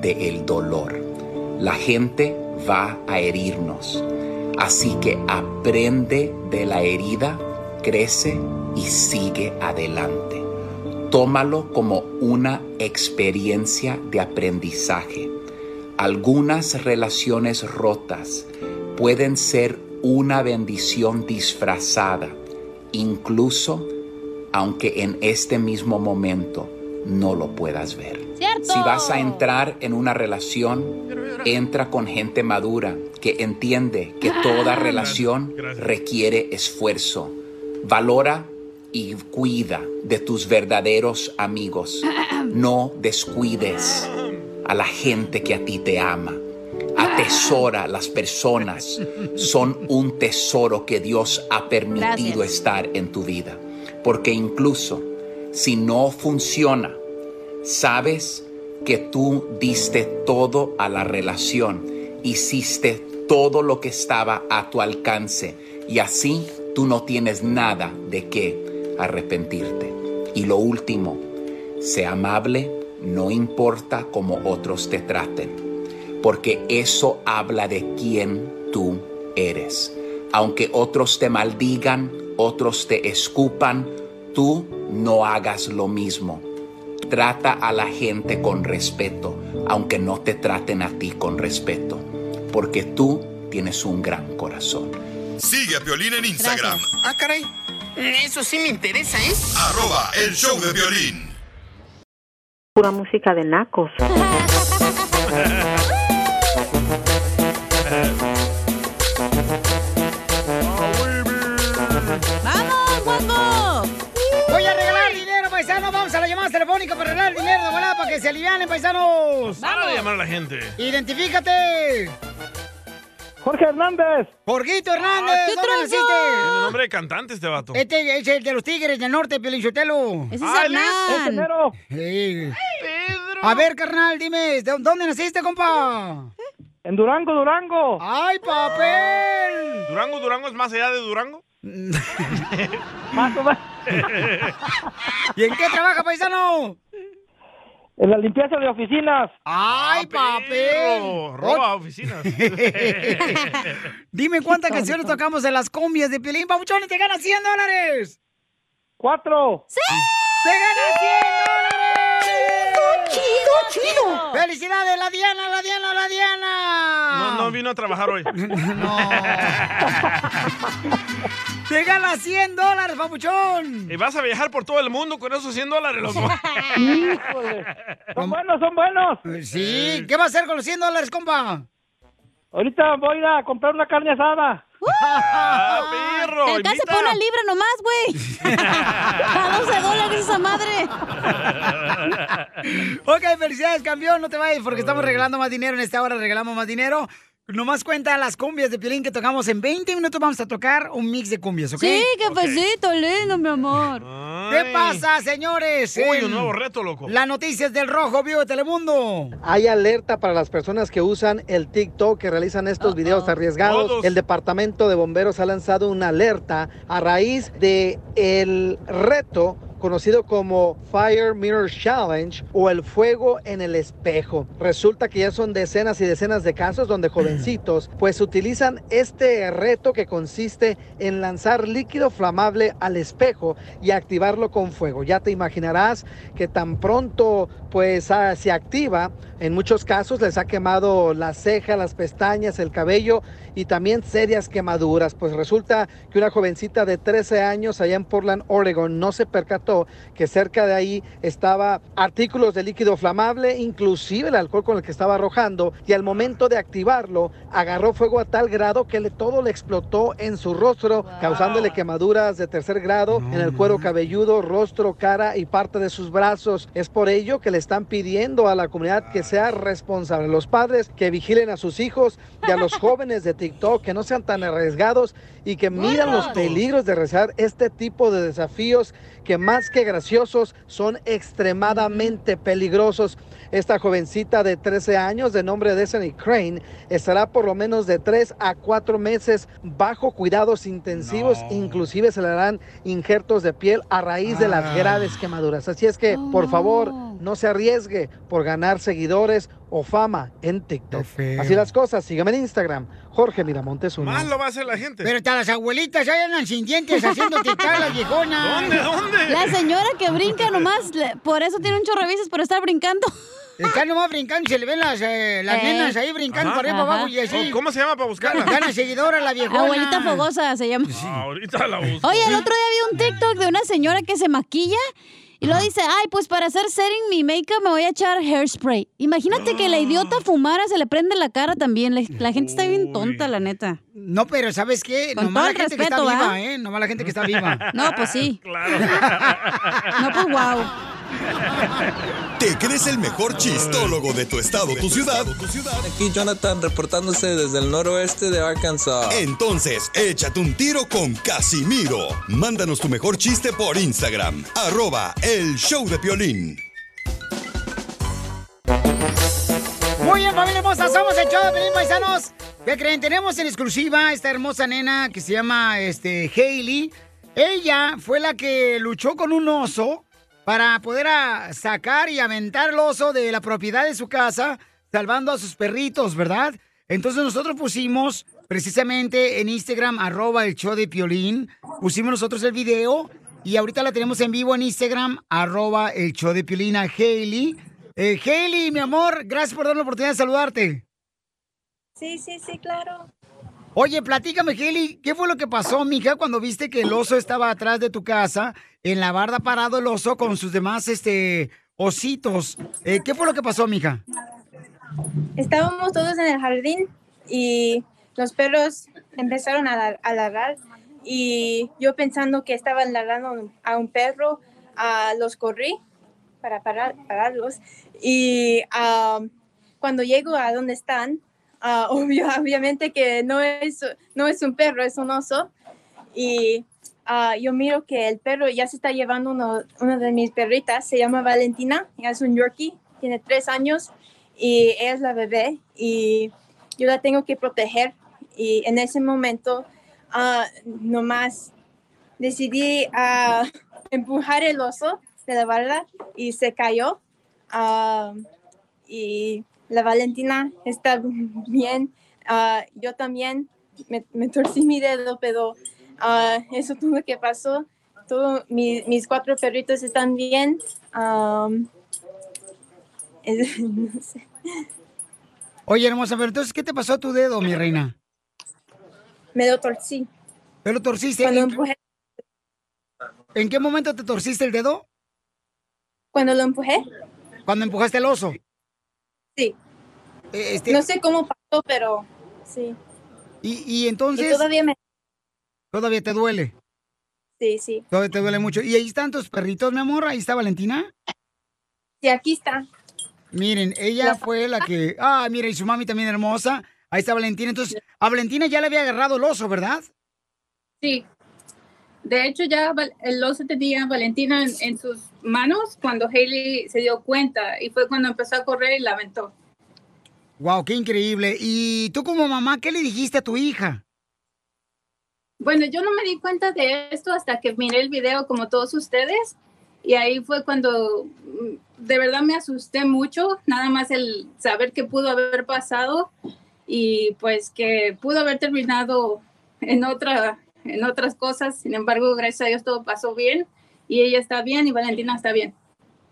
del dolor. La gente va a herirnos. Así que aprende de la herida, crece y sigue adelante. Tómalo como una experiencia de aprendizaje. Algunas relaciones rotas pueden ser una bendición disfrazada, incluso aunque en este mismo momento no lo puedas ver. Si vas a entrar en una relación, entra con gente madura que entiende que toda relación requiere esfuerzo. Valora y cuida de tus verdaderos amigos. No descuides a la gente que a ti te ama. Atesora las personas. Son un tesoro que Dios ha permitido Gracias. estar en tu vida. Porque incluso si no funciona, sabes que tú diste todo a la relación, hiciste todo lo que estaba a tu alcance y así tú no tienes nada de qué arrepentirte. Y lo último, sé amable, no importa cómo otros te traten, porque eso habla de quién tú eres. Aunque otros te maldigan, otros te escupan, tú no hagas lo mismo. Trata a la gente con respeto, aunque no te traten a ti con respeto, porque tú tienes un gran corazón. Sigue a Piolín en Instagram. Ah, caray. Eso sí me interesa, ¿eh? Arroba el show de violín. Pura música de nacos. ¡Vamos, Juanjo! Voy a regalar dinero, paisano. Vamos a la llamada telefónica para regalar dinero de volada para que se alivianen, paisanos. Para de ¡Vamos! llamar a la gente. ¡Identifícate! Jorge Hernández. ¡Jorgito Hernández! Ah, ¿qué ¿Dónde tranza? Tiene naciste? nombre de cantante este vato. Este es el de los tigres del norte, Pelinchotelo. Ese es Ah, Hernán. él es, ese mero. Sí. A ver, carnal, dime, ¿de ¿dónde naciste, compa? En Durango, Durango. ¡Ay, papel! ¿Durango, Durango es más allá de Durango? Más o menos. ¿Y en qué trabaja, paisano? En la limpieza de oficinas. ¡Ay, papel! roba oficinas. Dime cuántas canciones tocamos en las combias de Piolín Babuchón y te ganas 100 dólares. ¡Cuatro! ¡Sí! ¡Te ganas 100 dólares! ¡Chido, chido! ¡Felicidades, la Diana, la Diana, la Diana! No, no vino a trabajar hoy. ¡Te ganas 100 dólares, papuchón! Y vas a viajar por todo el mundo con esos 100 dólares, loco. Híjole. Son buenos, son buenos. Pues Sí, ¿qué va a hacer con los 100 dólares, compa? Ahorita voy a ir a comprar una carne asada. ¡Ah, perro! Te alcanza por una libra nomás, güey. A 12 dólares esa madre. Ok, felicidades, campeón. No te vayas porque estamos regalando más dinero. En esta hora regalamos más dinero. Nomás cuenta las cumbias de Piolín que tocamos. En 20 minutos vamos a tocar un mix de cumbias, ¿ok? Sí, qué pasito, lindo, mi amor. ¿Qué pasa, señores? Uy, En un nuevo reto, loco. Las noticias del Rojo Vivo de Telemundo. Hay alerta para las personas que usan el TikTok, que realizan estos videos arriesgados. Todos. El Departamento de Bomberos ha lanzado una alerta a raíz de el reto conocido como Fire Mirror Challenge o el fuego en el espejo. Resulta que ya son decenas y decenas de casos donde jovencitos pues utilizan este reto que consiste en lanzar líquido flamable al espejo y activarlo con fuego. Ya te imaginarás que tan pronto pues ah, se activa, en muchos casos les ha quemado la ceja, las pestañas, el cabello y también serias quemaduras. Pues resulta que una jovencita de 13 años allá en Portland, Oregon, no se percató que cerca de ahí estaba artículos de líquido flamable, inclusive el alcohol con el que estaba arrojando, y al momento de activarlo agarró fuego a tal grado que le- todo le explotó en su rostro, causándole quemaduras de tercer grado en el cuero cabelludo, rostro, cara y parte de sus brazos. Es por ello que le están pidiendo a la comunidad que sea responsable. Los padres que vigilen a sus hijos y a los jóvenes de TikTok que no sean tan arriesgados y que midan los peligros de realizar este tipo de desafíos que más que graciosos son extremadamente peligrosos. Esta jovencita de 13 años de nombre Destiny Crane estará por lo menos de 3 a 4 meses bajo cuidados intensivos, inclusive se le harán injertos de piel a raíz de las graves quemaduras. Así es que, por favor, no se arriesgue por ganar seguidores o fama en TikTok. Así las cosas, sígame en Instagram, Jorge Miramontes uno. Más lo va a hacer la gente. Pero hasta las abuelitas ya andan sin dientes haciendo quitar las viejonas. ¿Dónde, dónde? La señora que brinca nomás, le- por eso tiene un chorro de bicis por estar brincando. Está nomás brincando y se le ven las, eh, las Eh. nenas ahí brincando Ajá. para arriba, Ajá. abajo y así. Oh, ¿Cómo se llama para buscarla? Gana seguidora la viejona. Abuelita fogosa se llama. Ah, ahorita la busco. Oye, el otro día vi un TikTok de una señora que se maquilla y luego dice, ay, pues para hacer setting mi makeup me voy a echar hairspray. Imagínate que la idiota fumara, se le prende la cara también. La, la gente está bien tonta, la neta. No, pero ¿sabes qué? Con Nomás la todo el gente que está respeto, ¿ah? viva, ¿va? ¿eh? Nomás la gente que está viva. No, pues sí. No, pues wow. ¿Te crees el mejor chistólogo de tu estado, tu ciudad? Aquí Jonathan reportándose desde el noroeste de Arkansas. Entonces, échate un tiro con Casimiro. Mándanos tu mejor chiste por Instagram, arroba el show de Piolín. Muy bien, familia hermosa, somos el show de Pelín Paisanos. ¿Qué creen? Tenemos en exclusiva esta hermosa nena que se llama este, Hailey. Ella fue la que luchó con un oso para poder ah, sacar y aventar el oso de la propiedad de su casa, salvando a sus perritos, ¿verdad? Entonces nosotros pusimos precisamente en Instagram, arroba el show de Piolín, pusimos nosotros el video y ahorita la tenemos en vivo en Instagram, arroba el show de Piolín a Hailey. Eh, Haley, mi amor, gracias por darme la oportunidad de saludarte. Sí, sí, sí, claro. Oye, platícame, Haley, ¿qué fue lo que pasó, mija, cuando viste que el oso estaba atrás de tu casa, en la barda parado el oso con sus demás este, ositos? Eh, ¿Qué fue lo que pasó, mija? Estábamos todos en el jardín y los perros empezaron a, lar- a ladrar y yo pensando que estaban ladrando a un perro, ah, los corrí para parar- pararlos y ah, cuando llego a donde están, ah, obvio- obviamente que no es, no es un perro, es un oso y ah, yo miro que el perro ya se está llevando uno, una de mis perritas, se llama Valentina, ella es un Yorkie, tiene tres años y ella es la bebé y yo la tengo que proteger y en ese momento ah, nomás decidí ah, empujar el oso de la barda y se cayó Ah, y la Valentina está bien Ah, yo también me, me torcí mi dedo pero ah, eso todo lo que pasó todo mi- mis cuatro perritos están bien Ah, es- no sé. Oye, hermosa, pero entonces, ¿qué te pasó a tu dedo, mi reina? Me lo torcí. ¿Te lo torciste? ¿En, ¿En qué momento te torciste el dedo? Cuando lo empujé. Cuando empujaste el oso. Sí. este- No sé cómo pasó, pero sí. Y, y entonces... todavía me... Todavía te duele. Sí, sí. Todavía te duele mucho. ¿Y ahí están tus perritos, mi amor? ¿Ahí está Valentina? Sí, aquí está. Miren, ella fue la que... Ah, mira, y su mami también hermosa. Ahí está Valentina. Entonces, a Valentina ya le había agarrado el oso, ¿verdad? Sí. De hecho, ya Val- el oso tenía a Valentina en, en sus manos cuando Haley se dio cuenta y fue cuando empezó a correr y la aventó. Wow, qué increíble. ¿Y tú como mamá, qué le dijiste a tu hija? Bueno, yo no me di cuenta de esto hasta que miré el video como todos ustedes Y ahí fue cuando mm, de verdad me asusté mucho, nada más el saber que pudo haber pasado y pues que pudo haber terminado en, otra, en otras cosas. Sin embargo, gracias a Dios todo pasó bien y ella está bien y Valentina está bien.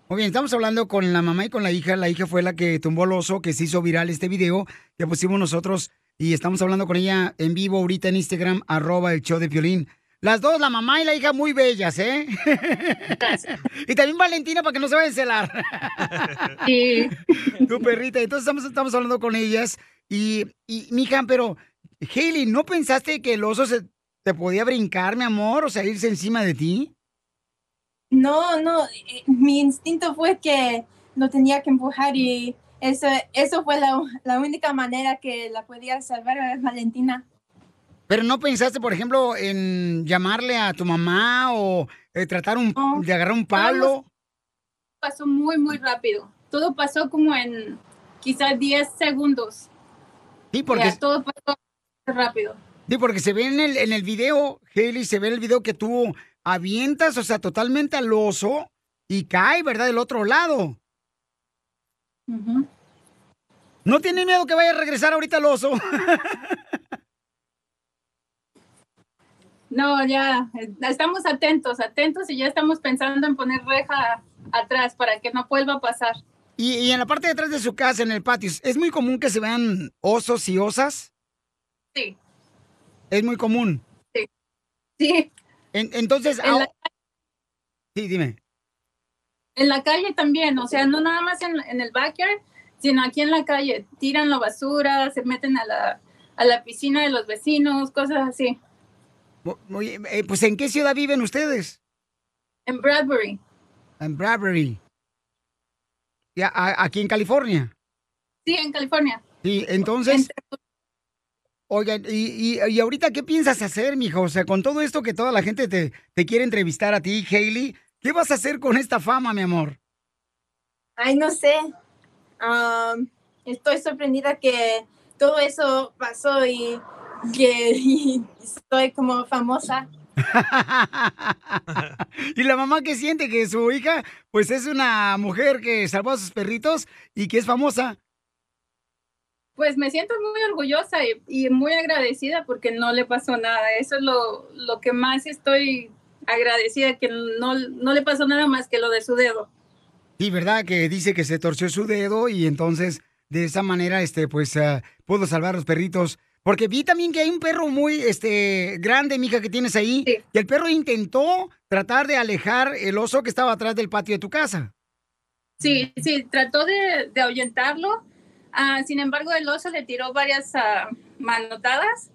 Muy bien, estamos hablando con la mamá y con la hija. La hija fue la que tumbó al oso, que se hizo viral este video que pusimos nosotros y estamos hablando con ella en vivo ahorita en Instagram, arroba el show de Piolín. Las dos, la mamá y la hija, muy bellas, ¿eh? y también Valentina para que no se vayan a celar. sí. Tu perrita. Entonces estamos, estamos hablando con ellas y, y mija, pero, Hailey, ¿no pensaste que el oso se, te podía brincar, mi amor? O sea, irse encima de ti. No, no, eh, mi instinto fue que lo tenía que empujar y eso, eso fue la, la única manera que la podía salvar a Valentina. Pero no pensaste, por ejemplo, en llamarle a tu mamá o eh, tratar un, de agarrar un palo. Pasó muy, muy rápido. Todo pasó como en quizás 10 segundos. Sí, porque, Ya, todo pasó rápido. sí, porque se ve en el, en el video, Haley, se ve en el video que tú avientas, o sea, totalmente al oso y cae, ¿verdad? Del otro lado. ¿No tiene miedo que vaya a regresar ahorita el oso? No, ya eh, estamos atentos, atentos y ya estamos pensando en poner reja atrás para que no vuelva a pasar. Y, y en la parte de atrás de su casa, en el patio, ¿es muy común que se vean osos y osas? Sí. ¿Es muy común? Sí. Sí. entonces... En la- ah, Sí, dime. En la calle también, o sea, no nada más en, en el backyard, sino aquí en la calle. Tiran la basura, se meten a la, a la piscina de los vecinos, cosas así. Mu- muy- eh, pues, ¿en qué ciudad viven ustedes? En Bradbury. En Bradbury. Y a- a- aquí en California. Sí, en California. Sí, entonces... Oigan, y, y- y ahorita qué piensas hacer, mijo? O sea, con todo esto que toda la gente te, te quiere entrevistar a ti, Hailey, ¿qué vas a hacer con esta fama, mi amor? Ay, no sé. Am, estoy sorprendida que todo eso pasó y que y estoy como famosa. Y la mamá que siente que su hija, pues es una mujer que salvó a sus perritos y que es famosa. Pues me siento muy orgullosa y, y muy agradecida porque no le pasó nada. Eso es lo, lo que más estoy agradecida, que no, no le pasó nada más que lo de su dedo. Sí, ¿verdad? Que dice que se torció su dedo y entonces de esa manera, este, pues, ah, pudo salvar a los perritos. Porque vi también que hay un perro muy, este, grande, mija, que tienes ahí. Y el perro intentó tratar de alejar el oso que estaba atrás del patio de tu casa. Sí, sí, trató de, de ahuyentarlo. Ah, sin embargo, el oso le tiró varias ah, manotadas.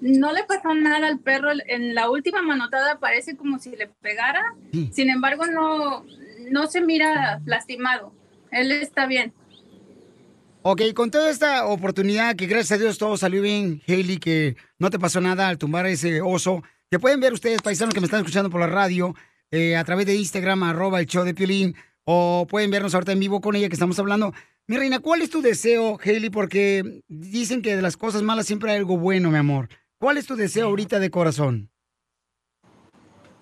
No le pasó nada al perro. En la última manotada parece como si le pegara. Sin embargo, no, no se mira lastimado. Él está bien. Ok, con toda esta oportunidad que gracias a Dios todo salió bien, Haley, que no te pasó nada al tumbar ese oso, que pueden ver ustedes, paisanos que me están escuchando por la radio, eh, a través de Instagram, arroba el show de Piolín, o pueden vernos ahorita en vivo con ella que estamos hablando. Mi reina, ¿cuál es tu deseo, Haley? Porque dicen que de las cosas malas siempre hay algo bueno, mi amor. ¿Cuál es tu deseo ahorita de corazón?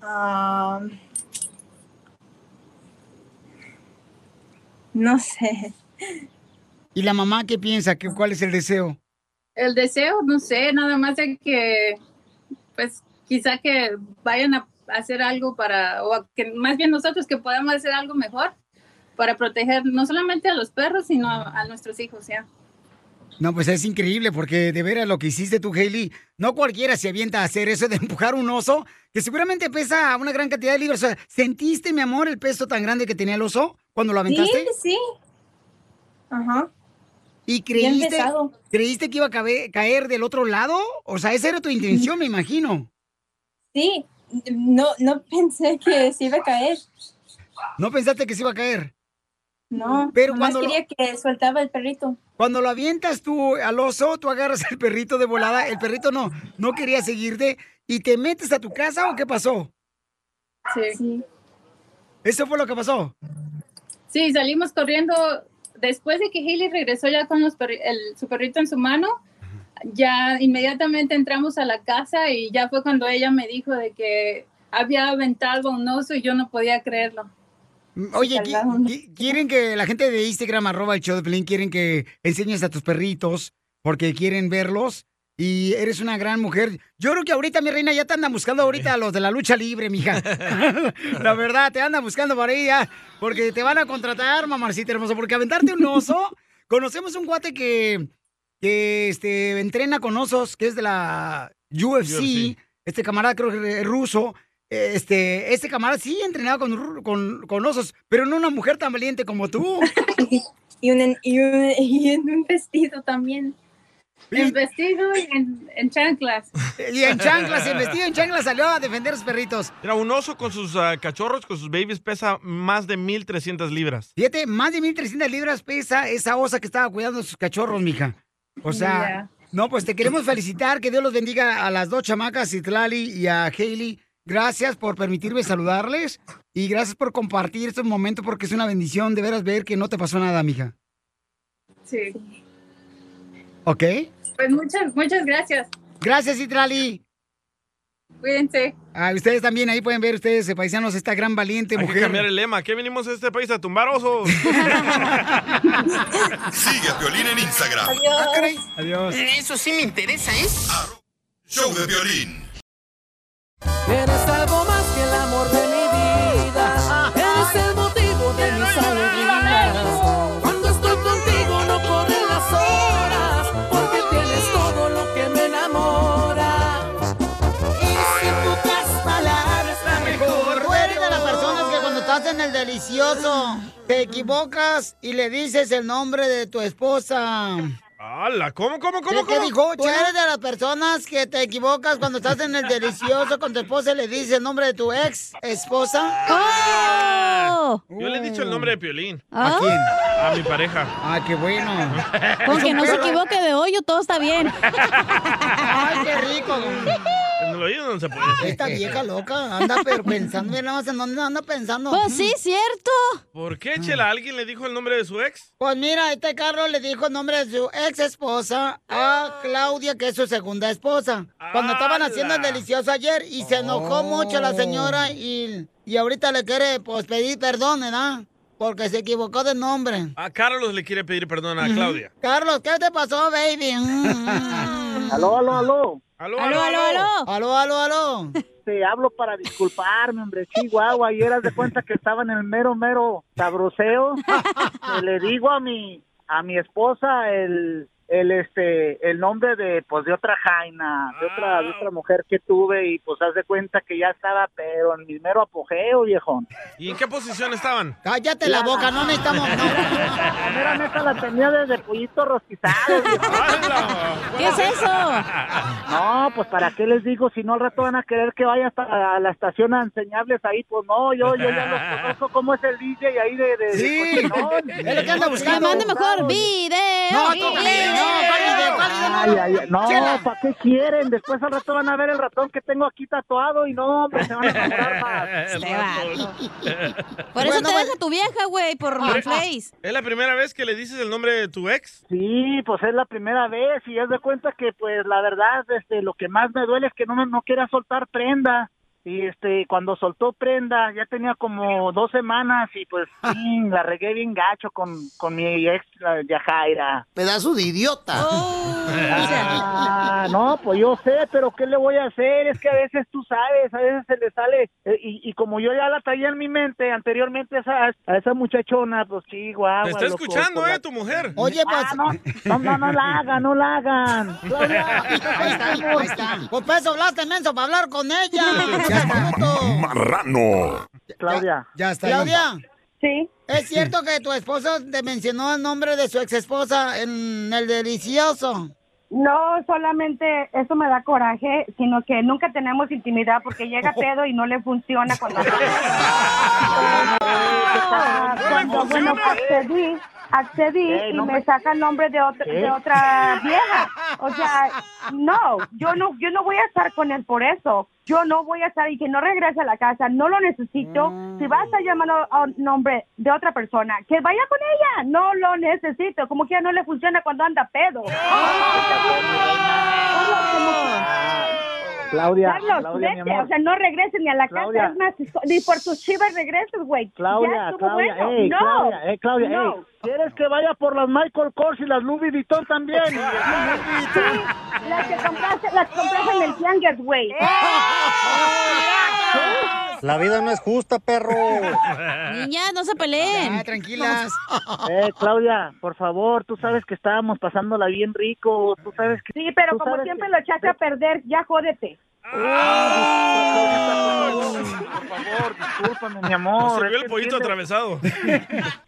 Am, no sé. ¿Y la mamá qué piensa? ¿Qué- ¿Cuál es el deseo? El deseo, no sé, nada más de que, pues, quizá que vayan a hacer algo para, o a que más bien nosotros que podamos hacer algo mejor para proteger no solamente a los perros, sino a, a nuestros hijos, ¿ya? No, pues es increíble porque de veras lo que hiciste tú, Haley, no cualquiera se avienta a hacer eso de empujar un oso que seguramente pesa una gran cantidad de libras. O sea, ¿sentiste, mi amor, el peso tan grande que tenía el oso cuando lo aventaste? Sí, sí. Ajá. ¿Y Bien creíste, pesado. creíste que iba a cabe- caer del otro lado? O sea, esa era tu intención, me imagino. Sí, no, no pensé que se iba a caer. ¿No pensaste que se iba a caer? No, Pero nomás cuando lo- quería que soltaba el perrito. Cuando lo avientas tú al oso, tú agarras el perrito de volada. El perrito no, no quería seguirte. ¿Y te metes a tu casa o qué pasó? Sí. ¿Eso fue lo que pasó? Sí, salimos corriendo. Después de que Haley regresó ya con los perri- el- su perrito en su mano, ya inmediatamente entramos a la casa y ya fue cuando ella me dijo de que había aventado a un oso y yo no podía creerlo. Mm, Oye, qui- qui- quieren que la gente de Instagram, arroba el show de Pelín, quieren que enseñes a tus perritos porque quieren verlos y eres una gran mujer. Yo creo que ahorita, mi reina, ya te andan buscando ahorita a los de la lucha libre, mija. la verdad, te andan buscando para ella porque te van a contratar, mamarcita hermosa, porque aventarte un oso. Conocemos un guate que, que este, entrena con osos, que es de la UFC. UFC. Este camarada creo que es ruso. Eh, Este, este camarada sí entrenaba con, ru- con, con osos, pero no una mujer tan valiente como tú. y, un, y, un, y en un vestido también. En vestido y en, en chanclas. Y en chanclas, en vestido en chanclas salió a defender a sus perritos. Era un oso con sus ah, cachorros, con sus babies, pesa más de 1.300 libras. Fíjate, más de 1.300 libras pesa esa osa que estaba cuidando a sus cachorros, mija. O sea, no, pues te queremos felicitar, que Dios los bendiga a las dos chamacas, Citlali y a Hailey. Gracias por permitirme saludarles y gracias por compartir estos momentos porque es una bendición de veras ver que no te pasó nada, mija. Sí. ¿Ok? Pues muchas, muchas gracias. Gracias, Citlali. Cuídense. Ah, ustedes también ahí pueden ver, ustedes, eh, paisanos, esta gran valiente Hay que mujer. cambiar el lema. ¿Qué vinimos a este país a tumbar osos? Sigue a Piolín en Instagram. Adiós. Ah, Eso sí me interesa, ¿es? Show de Piolín. Eres algo más que el amor de mi vida. Eres el motivo de mis alegrías. Cuando estoy contigo no corren las horas, porque tienes todo lo que me enamora. Y si pocas palabras la mejor. Tú eres de las personas que cuando estás en el delicioso te equivocas y le dices el nombre de tu esposa. ¡Hala! ¿Cómo, cómo, cómo, ¿Qué te cómo? dijo? Tú eres de las personas que te equivocas cuando estás en el delicioso con tu esposa y le dices el nombre de tu ex esposa. ¡Oh! Ah, Yo le he dicho el nombre de Piolín. ¿A quién? A mi pareja. Ah, qué bueno. Con que no se equivoque de hoyo, todo está bien. ¡Ay, qué rico! En el oído no se puede. Esta vieja loca anda pero pensando, mira nada más en dónde anda pensando. Pues sí, cierto. ¿Por qué, Chela? ¿Alguien le dijo el nombre de su ex? Pues mira, este carro le dijo el nombre de su ex esposa a Claudia, que es su segunda esposa. Cuando estaban haciendo el delicioso ayer y se enojó mucho la señora y, y ahorita le quiere pues pedir perdón, ¿verdad? Porque se equivocó de nombre. A Carlos le quiere pedir perdón a Claudia. Carlos, ¿qué te pasó, baby? Mm, Aló, aló, aló. Aló, aló, aló. Aló, aló, aló. Te hablo para disculparme, hombre. Chihuahua, ayer haz de cuenta que estaba en el mero, mero sabroseo. Pues, Que le digo a mi, a mi esposa el, el, este, el nombre de, pues, de otra jaina, de otra, Ah. de otra mujer que tuve y, pues, haz de cuenta que ya estaba, pero en mi mero apogeo, viejón. ¿Y en qué posición estaban? Cállate la boca, no necesitamos... no. La mera neta la tenía desde pollito rostizado. ¿Qué es eso? No, pues para qué les digo si no al rato van a querer que vaya hasta a la estación a enseñarles ahí, pues no, yo, yo ya los conozco cómo es el DJ ahí de... Pues, de sí, es lo que anda buscando. mande mejor video. No, video. tócale, no, ¿cuál video? ¿Cuál video? Ay, ay, ay, no, Chela. ¿para qué quieren? Después al rato van a ver el ratón que tengo aquí tatuado y no, hombre, se van a enamorar más. Se va. Por eso te pues deja tu vieja, güey, por Hombre, Manflays. ah, ¿Es la primera vez que le dices el nombre de tu ex? Sí, pues es la primera vez y es de cuenta que pues la verdad este lo que más me duele es que no me- no quería soltar prenda y este cuando soltó prenda ya tenía como dos semanas y pues Ah. sí, la regué bien gacho con, con mi ex la Yajaira. Pedazo de idiota. Ah, no, pues yo sé, pero ¿qué le voy a hacer? Es que a veces tú sabes, a veces se le sale. eh, Y, y como yo ya la traía en mi mente anteriormente a esa, a esa muchachona, pues sí, guau. Te está pues, escuchando, ¿eh? Tu mujer. Oye, pues. Ah, no, no, no la hagan, no la hagan. Claudia, Ahí está, ahí está. Pues para eso hablaste, menso, para hablar con ella. Ya está, bruto. Marrano. Claudia. Ya está. Claudia. Sí. ¿Es cierto que tu esposo te mencionó el nombre de su ex esposa en el delicioso? No, solamente eso me da coraje, sino que nunca tenemos intimidad porque llega pedo y no le funciona cuando... cuando bueno, accedí, accedí Ey, no y me- me saca el nombre de, otra ¿Qué? de otra vieja. O sea, no, yo no, yo no voy a estar con él por eso. Yo no voy a estar y que no regrese a la casa, no lo necesito. Si va a estar llamando a un nombre de otra persona, que vaya con ella, no lo necesito. Como que ya no le funciona cuando anda pedo. Claudia, Carlos, Claudia, mi vete, amor. o sea, no regreses ni a la Claudia. casa, es más, ni por tus chivas regreses, güey. Ya Claudia, estuvo Claudia, bueno. ey, no, Claudia, eh, Claudia, no. ey, ¿quieres que vaya por las Michael Kors y las Louis Vuitton también? Las que compraste, las compraste en el Tianguis, güey. La vida no es justa, perro. Niñas, no se peleen. Ah, tranquilas. Eh, Claudia, por favor, tú sabes que estábamos pasándola bien rico, tú sabes que... Sí, pero tú como sabes siempre que- lo echaste a perder, ya jódete. Por favor, discúlpame, mi amor. Se es vio el que pollito entiendes- atravesado.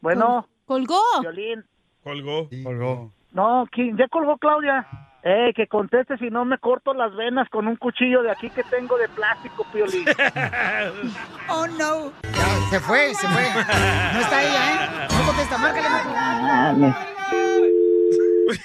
Bueno. ¿Colgó? Violín. Colgó. Colgó. No, ¿quién? ya colgó Claudia. Eh, que conteste si no me corto las venas con un cuchillo de aquí que tengo de plástico, Piolín. Oh, no. Se fue, se fue. No está ¿eh? ella, ¿eh? No contesta, márcale. márcale.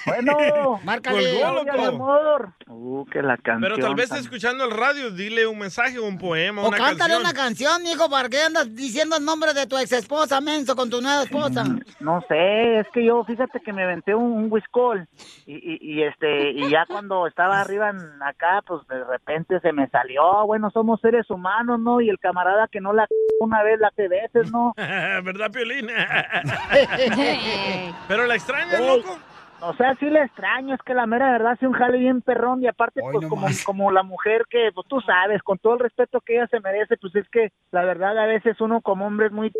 Bueno. Márcale. Colgó, Claudia, mi loco. amor. Uh, que la canción. Pero tal vez está tan- escuchando el radio, dile un mensaje, un poema, O una cántale canción. una canción, mijo, ¿para qué andas diciendo el nombre de tu ex esposa, menso, con tu nueva esposa? No sé, es que yo, fíjate que me aventé un, un whiskol y, y- y, este y ya cuando estaba arriba en- acá, pues de repente se me salió. Bueno, somos seres humanos, ¿no? Y el camarada que no la c- una vez la que veces, ¿no? ¿Verdad, Piolín? Pero la extrañas, Ey, loco. O sea, sí le extraño, es que la mera verdad sí un jale bien perrón y aparte pues como, como la mujer que pues tú sabes, con todo el respeto que ella se merece, pues es que la verdad a veces uno como hombre es muy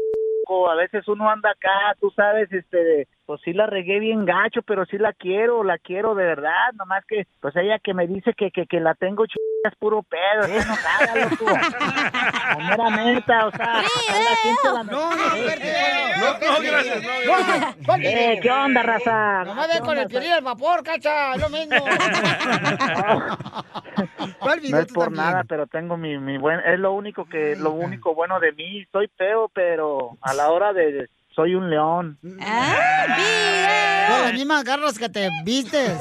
o a veces uno anda acá, tú sabes, este, de, pues sí la regué bien gacho, pero sí la quiero, la quiero de verdad, nomás que, pues ella que me dice que, que, que la tengo ch... es puro pedo, eh, está enojada, loco. La mera neta, o sea, la gente No, la no, no, no, gracias, no, gracias. Eh, ¿qué onda, raza? Nomás ve con el piolín al vapor, cacha, lo mismo. No es por nada, pero tengo mi, mi buen, es lo único que, lo único bueno de mí. Soy feo, pero a la hora de, soy un león. Con las mismas garras que te vistes.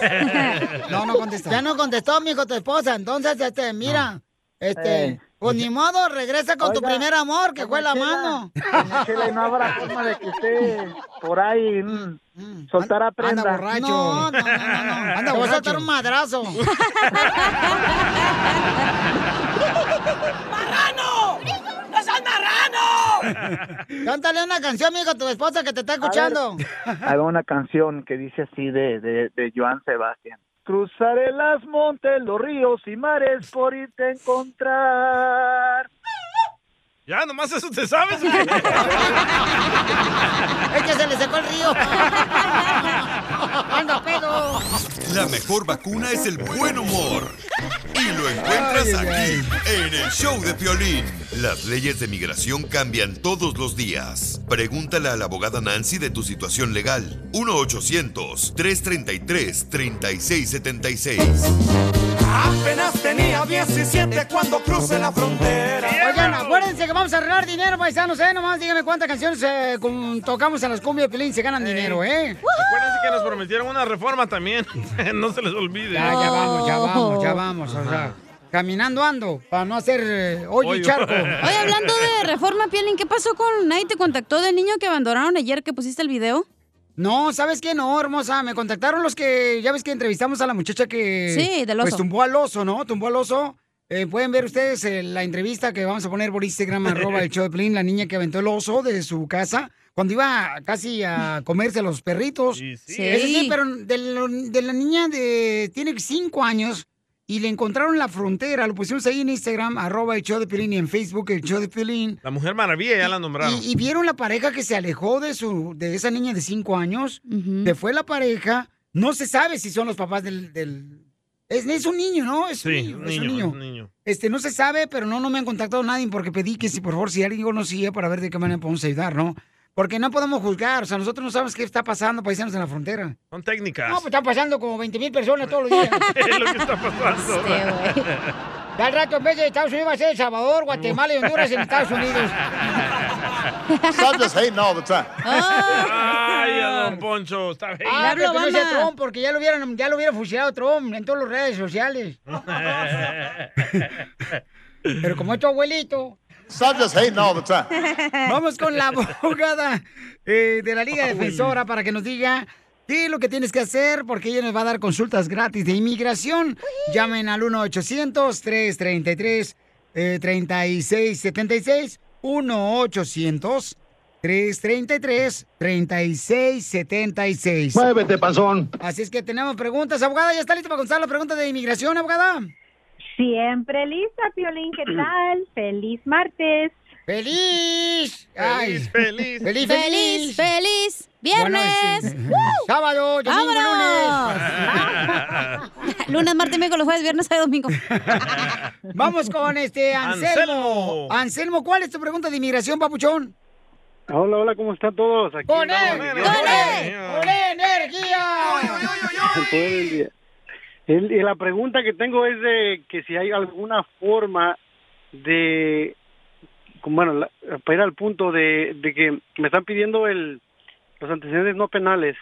No, no contestó. Ya no contestó, mijo, tu esposa. Entonces, este, mira, este, Eh. pues ni modo, regresa con tu Oiga, primer amor, que fue la mano. Doña Chela, y no habrá forma de que usted por ahí mm, soltara prenda. Anda borracho. No, no, no, no. no. Anda, voy a soltar un madrazo. ¡Marrano! ¡No seas marrano! Cántale una canción, mijo, a tu esposa que te está escuchando. Haga una canción que dice así de, de, de Joan Sebastián. Cruzaré las montes, los ríos y mares por irte a encontrar. Ya, nomás eso te sabes. Es que se le secó el río. Anda, pedo. La mejor vacuna es el buen humor. Y lo encuentras aquí, en el show de Piolín. Las leyes de migración cambian todos los días. Pregúntale a la abogada Nancy de tu situación legal. 1-800-333-3676. Apenas tenía 17 cuando crucé la frontera. Oigan, acuérdense que vamos a arreglar dinero, paisanos, ¿eh? Nomás díganme cuántas canciones eh, con- tocamos en las cumbias de Piolín se ganan dinero, ¿eh? Acuérdense que nos prometieron una reforma también. no se les olvide. Ya, ya vamos, ya vamos, ya vamos. O sea, caminando ando, para no hacer eh, hoyo y Hoyo. charco. Oye, hablando de reforma, Pielin, ¿qué pasó con Nadie te contactó del niño que abandonaron ayer que pusiste el video? No, ¿sabes qué? No, hermosa. Me contactaron los que, ya ves que entrevistamos a la muchacha que... Sí, del oso. Pues tumbó al oso, ¿no? Tumbó al oso. Eh, pueden ver ustedes eh, la entrevista que vamos a poner por Instagram, arroba el show de Piolín, la niña que aventó el oso de su casa cuando iba casi a comerse a los perritos. sí. Eso sí, Sí. pero de, lo- de la niña de... tiene cinco años y le encontraron la frontera. Lo pusimos ahí en Instagram, arroba el show de Piolín y en Facebook el show de Piolín. La Mujer Maravilla ya la nombraron. Y, y vieron la pareja que se alejó de su de esa niña de 5 años. Se fue la pareja. No se sabe si son los papás del... del- Es, es un niño, ¿no? Es un Sí, niño. un es un niño, niño. un niño. Este, no se sabe, pero no, no me han contactado nadie porque pedí que si por favor si alguien conocía para ver de qué manera podemos ayudar, ¿no? Porque no podemos juzgar, o sea, nosotros no sabemos qué está pasando, paisanos en la frontera. Son técnicas. No, pues están pasando como 20 mil personas todos los días. es lo que está pasando. Este, Ya al rato en vez de Estados Unidos va a ser El Salvador, Guatemala y Honduras en Estados Unidos. Stop just hating all the time. Ay, a don Poncho, está bien. Ah, pero que no sea Trump, porque ya lo hubieran, ya lo hubiera fusilado Trump en todas las redes sociales. Pero como es tu abuelito. Stop just hating all the time. Vamos con la abogada eh, de la Liga Defensora para que nos diga ¿Qué es lo que tienes que hacer? Porque ella nos va a dar consultas gratis de inmigración. Llamen al 1-800-333-3676. 1-800-333-3676. Muévete, panzón. Así es que tenemos preguntas, abogada. ¿Ya está lista para contestar la pregunta de inmigración, abogada? Siempre lista, Piolín. ¿Qué tal? Feliz martes. ¡Feliz! Ay. feliz! ¡Feliz, Feliz, feliz! feliz. Viernes. Bueno, Sábado, domingo, ¡Vámonos! lunes. lunes, martes, miércoles, jueves, viernes, sábado, domingo. Vamos con este Anselmo. Anselmo. Anselmo, ¿cuál es tu pregunta de inmigración, papuchón? Hola, hola, ¿cómo están todos? Aquí ¡Con vamos, él! yo- ¡Con él! ¡Con energía! todo el día. El- y la pregunta que tengo es de que si hay alguna forma de, bueno, la- para ir al punto de, de que me están pidiendo el los antecedentes no penales,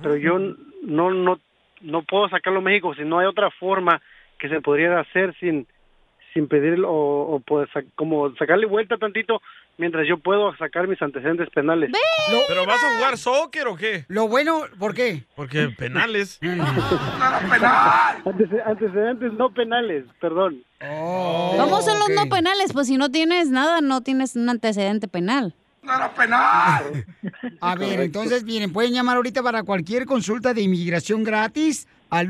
pero yo n- no no no puedo sacarlo a México si no hay otra forma que se podría hacer sin sin pedirlo o, o pues, sa- como sacarle vuelta tantito mientras yo puedo sacar mis antecedentes penales. ¿Pero vas a jugar soccer o qué? Lo bueno, ¿por qué? Mm. Porque pues, penales. Antece- antecedentes no penales, perdón. Oh, ¿Cómo son los no penales? Pues si no tienes nada, no tienes un antecedente penal. A ver, entonces, miren, pueden llamar ahorita para cualquier consulta de inmigración gratis al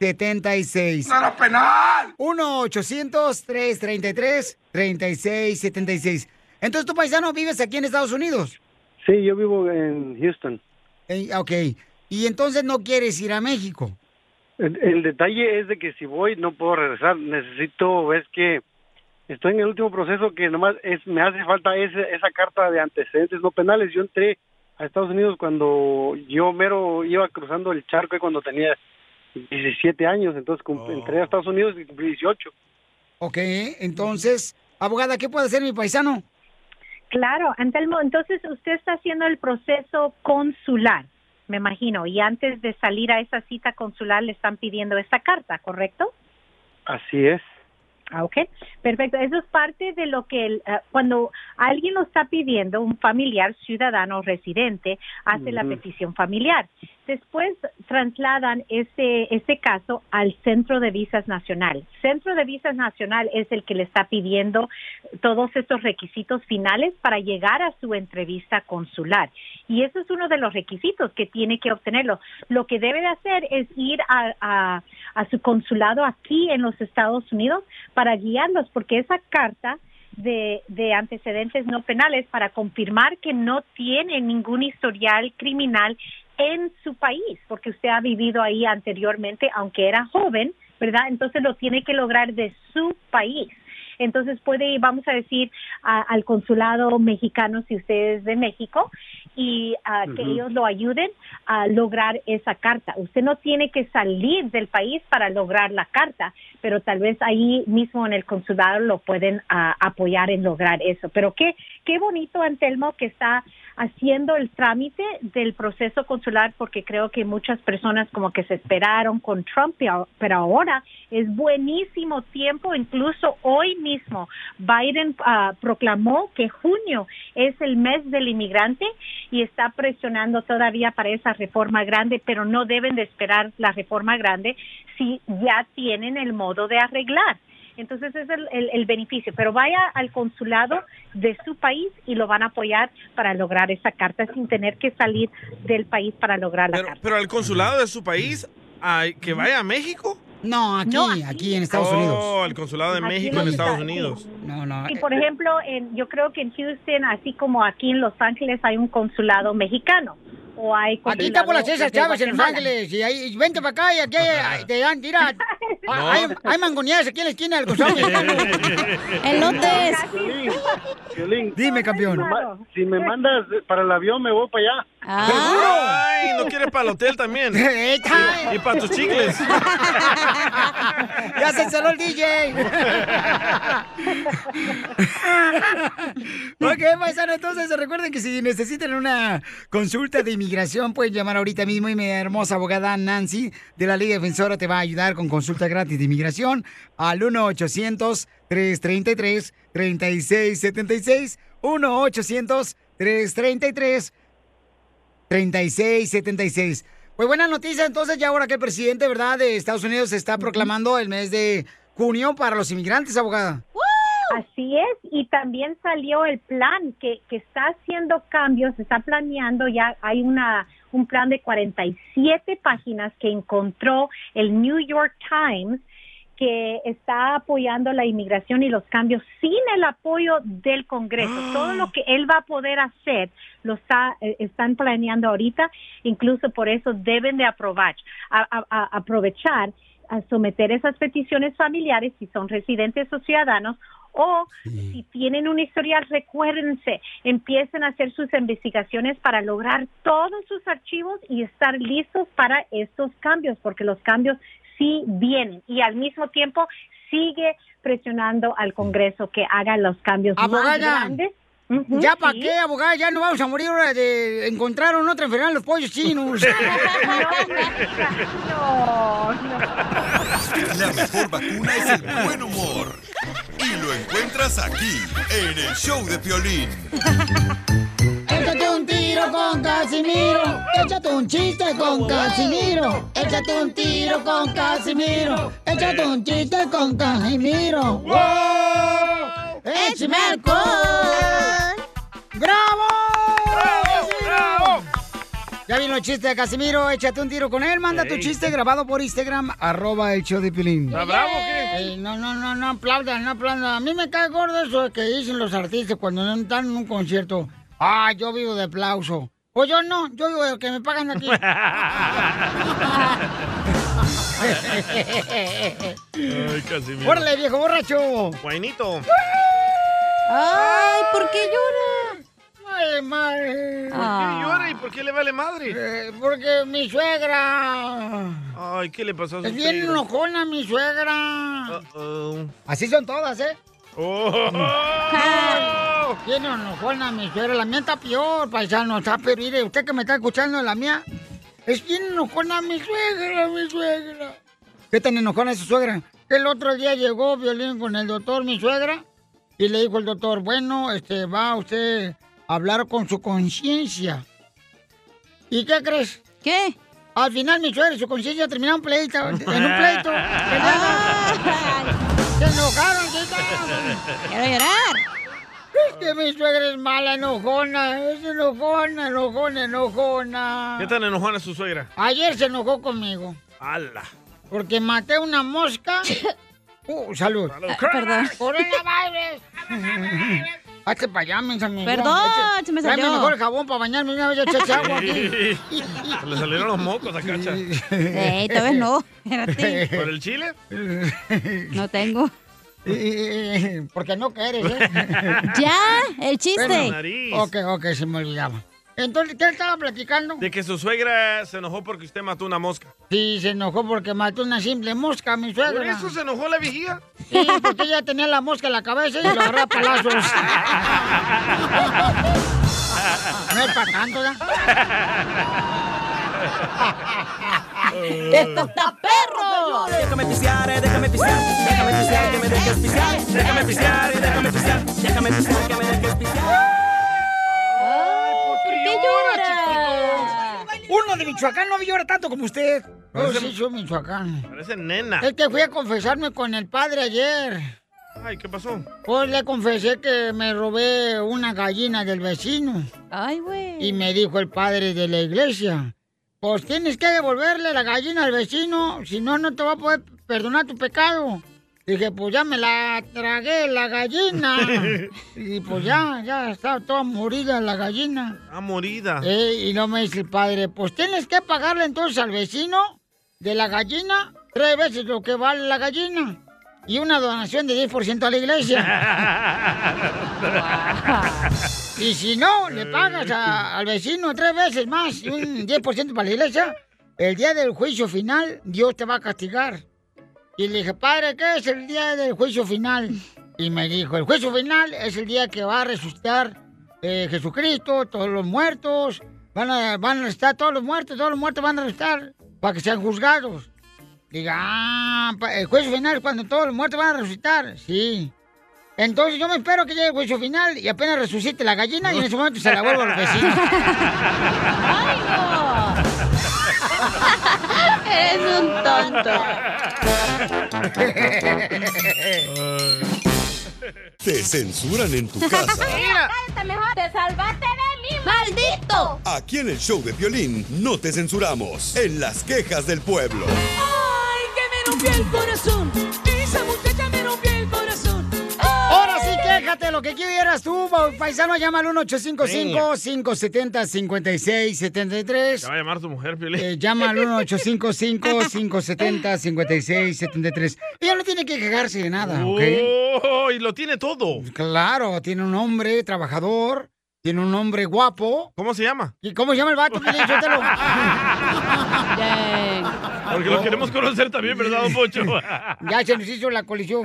1-800-333-3676. ¡Nada penal! 1-800-333-3676. Entonces, tu paisano vives aquí en Estados Unidos. Sí, yo vivo en Houston. Eh, ok. Y entonces no quieres ir a México. El, el detalle es de que si voy no puedo regresar, necesito, es que estoy en el último proceso que nomás es, me hace falta ese- esa carta de antecedentes no penales. Yo entré a Estados Unidos cuando yo mero iba cruzando el charco y cuando tenía 17 años, entonces cum- entré a Estados Unidos y cumplí 18. Ok, entonces, abogada, ¿qué puede hacer mi paisano? Claro, Antelmo, entonces usted está haciendo el proceso consular, me imagino, y antes de salir a esa cita consular le están pidiendo esta carta, ¿correcto? Así es. Ah, ok, perfecto. Eso es parte de lo que el, eh, cuando alguien lo está pidiendo, un familiar, ciudadano, residente, hace la Ujú. petición familiar. Después trasladan ese, ese caso al Centro de Visas Nacional. Centro de Visas Nacional es el que le está pidiendo todos estos requisitos finales para llegar a su entrevista consular. Y eso es uno de los requisitos que tiene que obtenerlo. Lo que debe de hacer es ir a, a- a su consulado aquí en los Estados Unidos para guiarlos, porque esa carta de, de antecedentes no penales para confirmar que no tiene ningún historial criminal en su país, porque usted ha vivido ahí anteriormente, aunque era joven, ¿verdad? Entonces lo tiene que lograr de su país. Entonces puede ir, vamos a decir, a- al consulado mexicano si usted es de México y ah, que Ujú. ellos lo ayuden a lograr esa carta. Usted no tiene que salir del país para lograr la carta, pero tal vez ahí mismo en el consulado lo pueden ah, apoyar en lograr eso. Pero qué, qué bonito, Antelmo, que está haciendo el trámite del proceso consular porque creo que muchas personas como que se esperaron con Trump, y a- pero ahora es buenísimo tiempo, incluso hoy mismo Biden ah, proclamó que junio es el mes del inmigrante y está presionando todavía para esa reforma grande, pero no deben de esperar la reforma grande si ya tienen el modo de arreglar. Entonces ese es el, el- el beneficio, pero vaya al consulado de su país y lo van a apoyar para lograr esa carta sin tener que salir del país para lograr la carta. Pero al consulado de su país, ay, que vaya a México. No, aquí, aquí en Estados oh, Unidos. al consulado de Aquí México en los Estados está- Unidos. No, no. Y por ejemplo, en, yo creo que en Houston, así como aquí en Los Ángeles, hay un consulado mexicano o hay Aquí está consulado por las César de Chávez en Los Guatemala. Ángeles. Y ahí, y vente para acá y aquí hay- te dan, mira. Hay, hay mangoneadas aquí en la esquina del cruzado mexicano. Elotes. Violín. Dime, campeón. Si me mandas para el avión, me voy para allá. Ay, no quieres para el hotel también. Eta. y para tus chicles. Ya se encerró el DJ. ok, paisano, entonces recuerden que si necesitan una consulta de inmigración, pueden llamar ahorita mismo y mi hermosa abogada Nancy de la Liga Defensora te va a ayudar con consulta gratis de inmigración al 1-800-333-3676. 1-800-333-3676. 333 3676. Pues buena noticia, entonces ya ahora que el presidente, ¿verdad?, de Estados Unidos está proclamando el mes de junio para los inmigrantes, abogada. Así es, y también salió el plan que, que está haciendo cambios, está planeando, ya hay una un plan de 47 páginas que encontró el New York Times que está apoyando la inmigración y los cambios sin el apoyo del Congreso. Todo lo que él va a poder hacer lo está, eh, están planeando ahorita, incluso por eso deben de aprobar, a- a- a- aprovechar a someter esas peticiones familiares si son residentes o ciudadanos o si tienen un historial, recuérdense, empiecen a hacer sus investigaciones para lograr todos sus archivos y estar listos para estos cambios, porque los cambios sí vienen y al mismo tiempo sigue presionando al Congreso que haga los cambios más Abogada, grandes. Ujú, ¿Ya para sí. qué, abogada? Ya no vamos a morir ahora de encontraron otra enfermedad en los pollos chinos. No, no. La mejor vacuna es el buen humor. Y lo encuentras aquí, en el show de Piolín. Échate un tiro con Casimiro. Échate un chiste con Casimiro. Échate un tiro con Casimiro. Échate un chiste con Casimiro. ¡Wow! ¡Échame alcohol! ¡Bravo! Ya vino el chiste de Casimiro, échate un tiro con él, manda tu Ey. chiste grabado por Instagram, arroba el show de Pilín. Ey, no, no, no, no aplaudan, no aplaudan. A mí me cae gordo eso que dicen los artistas cuando no están en un concierto. Ah, yo vivo de aplauso. O yo no, yo vivo de que me pagan aquí. Ay, casi ¡Órale, viejo borracho! Guainito. ¡Ay, ¿por qué llora? Ay, madre. ¿Por qué llora y por qué le vale madre? Eh, porque mi suegra. Ay, ¿qué le pasó a su Es bien suegro? enojona mi suegra. Oh. Así son todas, ¿eh? Bien enojona mi suegra. La mía está peor, paisano. Está peor. Mire, usted que me está escuchando, la mía. Es bien enojona mi suegra, mi suegra. ¿Qué tan enojona es su suegra? que el otro día llegó Violín con el doctor, mi suegra, y le dijo el doctor, bueno, este, va usted a hablar con su conciencia. ¿Y qué crees? ¿Qué? Al final mi suegra y su conciencia terminaron pleito, en un pleito. Se enojaron, chicas. Quiero llorar. Es que mi suegra es mala, enojona, es enojona, enojona, enojona. ¿Qué tan enojona es su suegra? Ayer se enojó conmigo ¡Hala! porque maté una mosca. Uh, salud. perdón. Coronavirus. Hazte para allá, mensa mi Perdón, guau. se me Tráeme salió. mejor el jabón para bañarme una vez yo eché agua aquí. Se le salieron los mocos a Cacha. Ey, todavía no. Espérate. ¿Por el chile? No tengo. Porque no quieres, ¿eh? Ya, el chiste. Bueno, Nariz. ok, ok, se me olvidaba. Entonces, ¿qué estaba platicando? De que su suegra se enojó porque usted mató una mosca. Sí, se enojó porque mató una simple mosca, mi suegra. ¿Por eso se enojó la vigía? Sí, porque ella tenía la mosca en la cabeza y la agarraba a palazos. No es para tanto, ¿ya? Eh. ¡Esto está perro! Déjame pisear, eh, déjame pisear. Déjame pisear, que me dejes pisear. Déjame pisear, eh, déjame pisear. Déjame pisear, que me dejes pisear. ¿Por qué llora, chiquito? Uno de Michoacán no llora tanto como usted. Yo sí soy Michoacán. Parece nena. Es que fui a confesarme con el padre ayer. Ay, ¿qué pasó? Pues le confesé que me robé una gallina del vecino. Ay, güey. Y me dijo el padre de la iglesia, pues tienes que devolverle la gallina al vecino, si no, no te va a poder perdonar tu pecado. Dije, pues ya me la tragué la gallina. y pues ya, ya está toda morida la gallina. Ah, morida. Eh, y no me dice el padre, pues tienes que pagarle entonces al vecino de la gallina tres veces lo que vale la gallina y una donación de 10% a la iglesia. y si no, le pagas a- al vecino tres veces más y un 10% para la iglesia, el día del juicio final Dios te va a castigar. Y le dije, padre, ¿qué es el día del juicio final? Y me dijo, el juicio final es el día que va a resucitar eh, Jesucristo, todos los muertos, van a, van a estar todos los muertos, todos los muertos van a estar para que sean juzgados. Diga, ah, pa- el juicio final es cuando todos los muertos van a resucitar. Sí. Entonces yo me espero que llegue el juicio final y apenas resucite la gallina y en ese momento se la vuelvo a los vecinos. Eres un tonto. Te censuran en tu casa. Cállate mejor. Te salvaste de mí, maldito. Aquí en el show de violín no te censuramos. En las quejas del pueblo. Ay, que me rompió el corazón. Esa muchacha me rompió el corazón. Ahora sí, quéjate lo que quieras tú, paisano. Llama al 1-855-570-5673. Te va a llamar tu mujer, Piolín. Eh, llama al 1-855-570-5673. Ella no tiene que quejarse de nada, ¿ok? Pues Oh, y lo tiene todo. Claro, tiene un hombre trabajador, tiene un hombre guapo. ¿Cómo se llama? ¿Y cómo se llama el vato? Piolín? Yo te lo- Porque lo queremos conocer también, ¿verdad, don Pocho? Ya se nos hizo la colisión.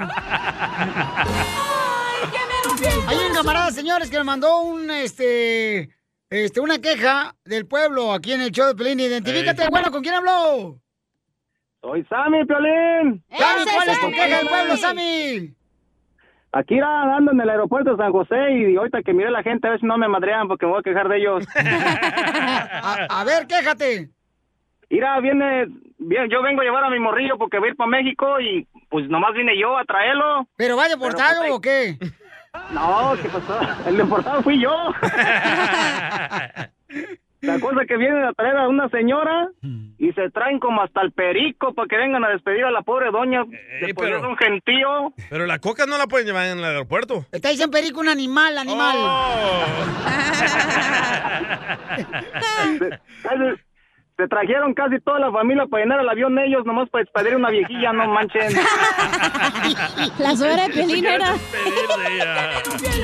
Hay un camarada, señores, que me mandó un, este, este, una queja del pueblo aquí en el show de Pelín. Identifícate, Ey. bueno, ¿con quién habló? Soy Sammy, Piolín. Sammy, ¿cuál es tu Sammy! queja del pueblo, Sammy? Aquí era ando en el aeropuerto de San José y ahorita que miré la gente a ver si no me madrean porque me voy a quejar de ellos. A, a ver, quéjate. Mira, viene, bien, yo vengo a llevar a mi morrillo porque voy a ir para México y pues nomás vine yo a traerlo. ¿Pero va deportado pues, o qué? No, pues, ¿qué pasó? El deportado fui yo. La cosa que vienen a traer a una señora y se traen como hasta el perico para que vengan a despedir a la pobre doña. Después pero- es un gentío. Pero la coca no la pueden llevar en el aeropuerto. Está diciendo perico un animal, animal. Oh. Casi- Se trajeron casi toda la familia para llenar el avión ellos, nomás para despedir una viejilla, no manchen. La suegra de Pelín era.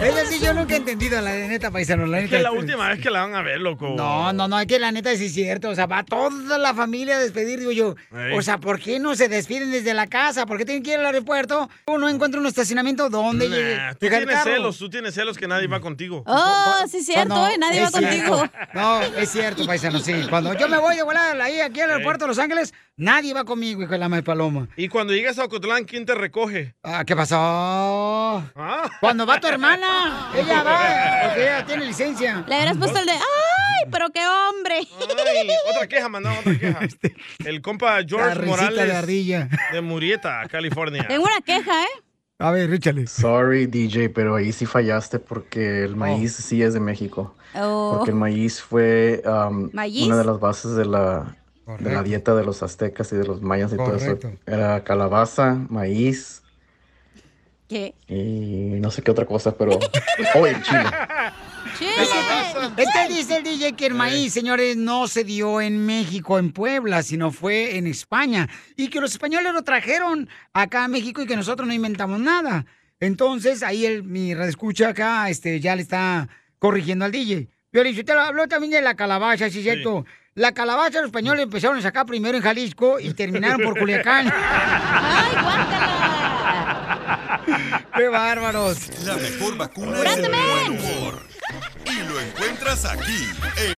Esa sí yo nunca he entendido, la neta, paisano. La Es neta, que la última vez que la van a ver, loco. No, no, no, es que la neta sí es cierto. O sea, va toda la familia a despedir, digo yo. Ey. O sea, ¿por qué no se despiden desde la casa? ¿Por qué tienen que ir al aeropuerto? Uno encuentra un estacionamiento donde Nah, llegue. tú dejar tienes el carro. Oh, celos, tú tienes celos que nadie va contigo. Cu- cu- cuando- es cierto. cierto. No, es cierto, paisano, sí. Cuando yo me voy de volar ahí, aquí al aeropuerto de Los Ángeles, nadie va conmigo, hijo de la madre paloma. Y cuando llegas a Ocotlán, ¿quién te recoge? Ah, ¿qué pasó? Ah. Cuando va tu hermana, ella va, porque ella tiene licencia. Le hubieras puesto el de, ¡ay, pero qué hombre! otra queja, mandaba otra queja. El compa La George risita Morales de ardilla. de Murieta, California. Tengo una queja, ¿eh? A ver, échale. Oh. Sorry, DJ, pero ahí sí fallaste porque el maíz sí es de México. Oh. Porque el maíz fue um, ¿Maíz? una de las bases de la, de la Correcto. dieta de los aztecas y de los mayas y todo Correcto. eso. Era calabaza, maíz ¿Qué? y no sé qué otra cosa, pero... Oh, y el chile. Es que dice el DJ que el maíz, señores, no se dio en México, en Puebla, sino fue en España. Y que los españoles lo trajeron acá a México y que nosotros no inventamos nada. Entonces, ahí el, mi redescucha acá este, ya le está corrigiendo al DJ. Pero usted habló también de la calabaza, sí, Mm. es cierto. La calabaza los españoles empezaron a sacar primero en Jalisco y terminaron por Culiacán. ¡Qué bárbaros! La mejor vacuna es el buen humor. Y lo encuentras aquí, en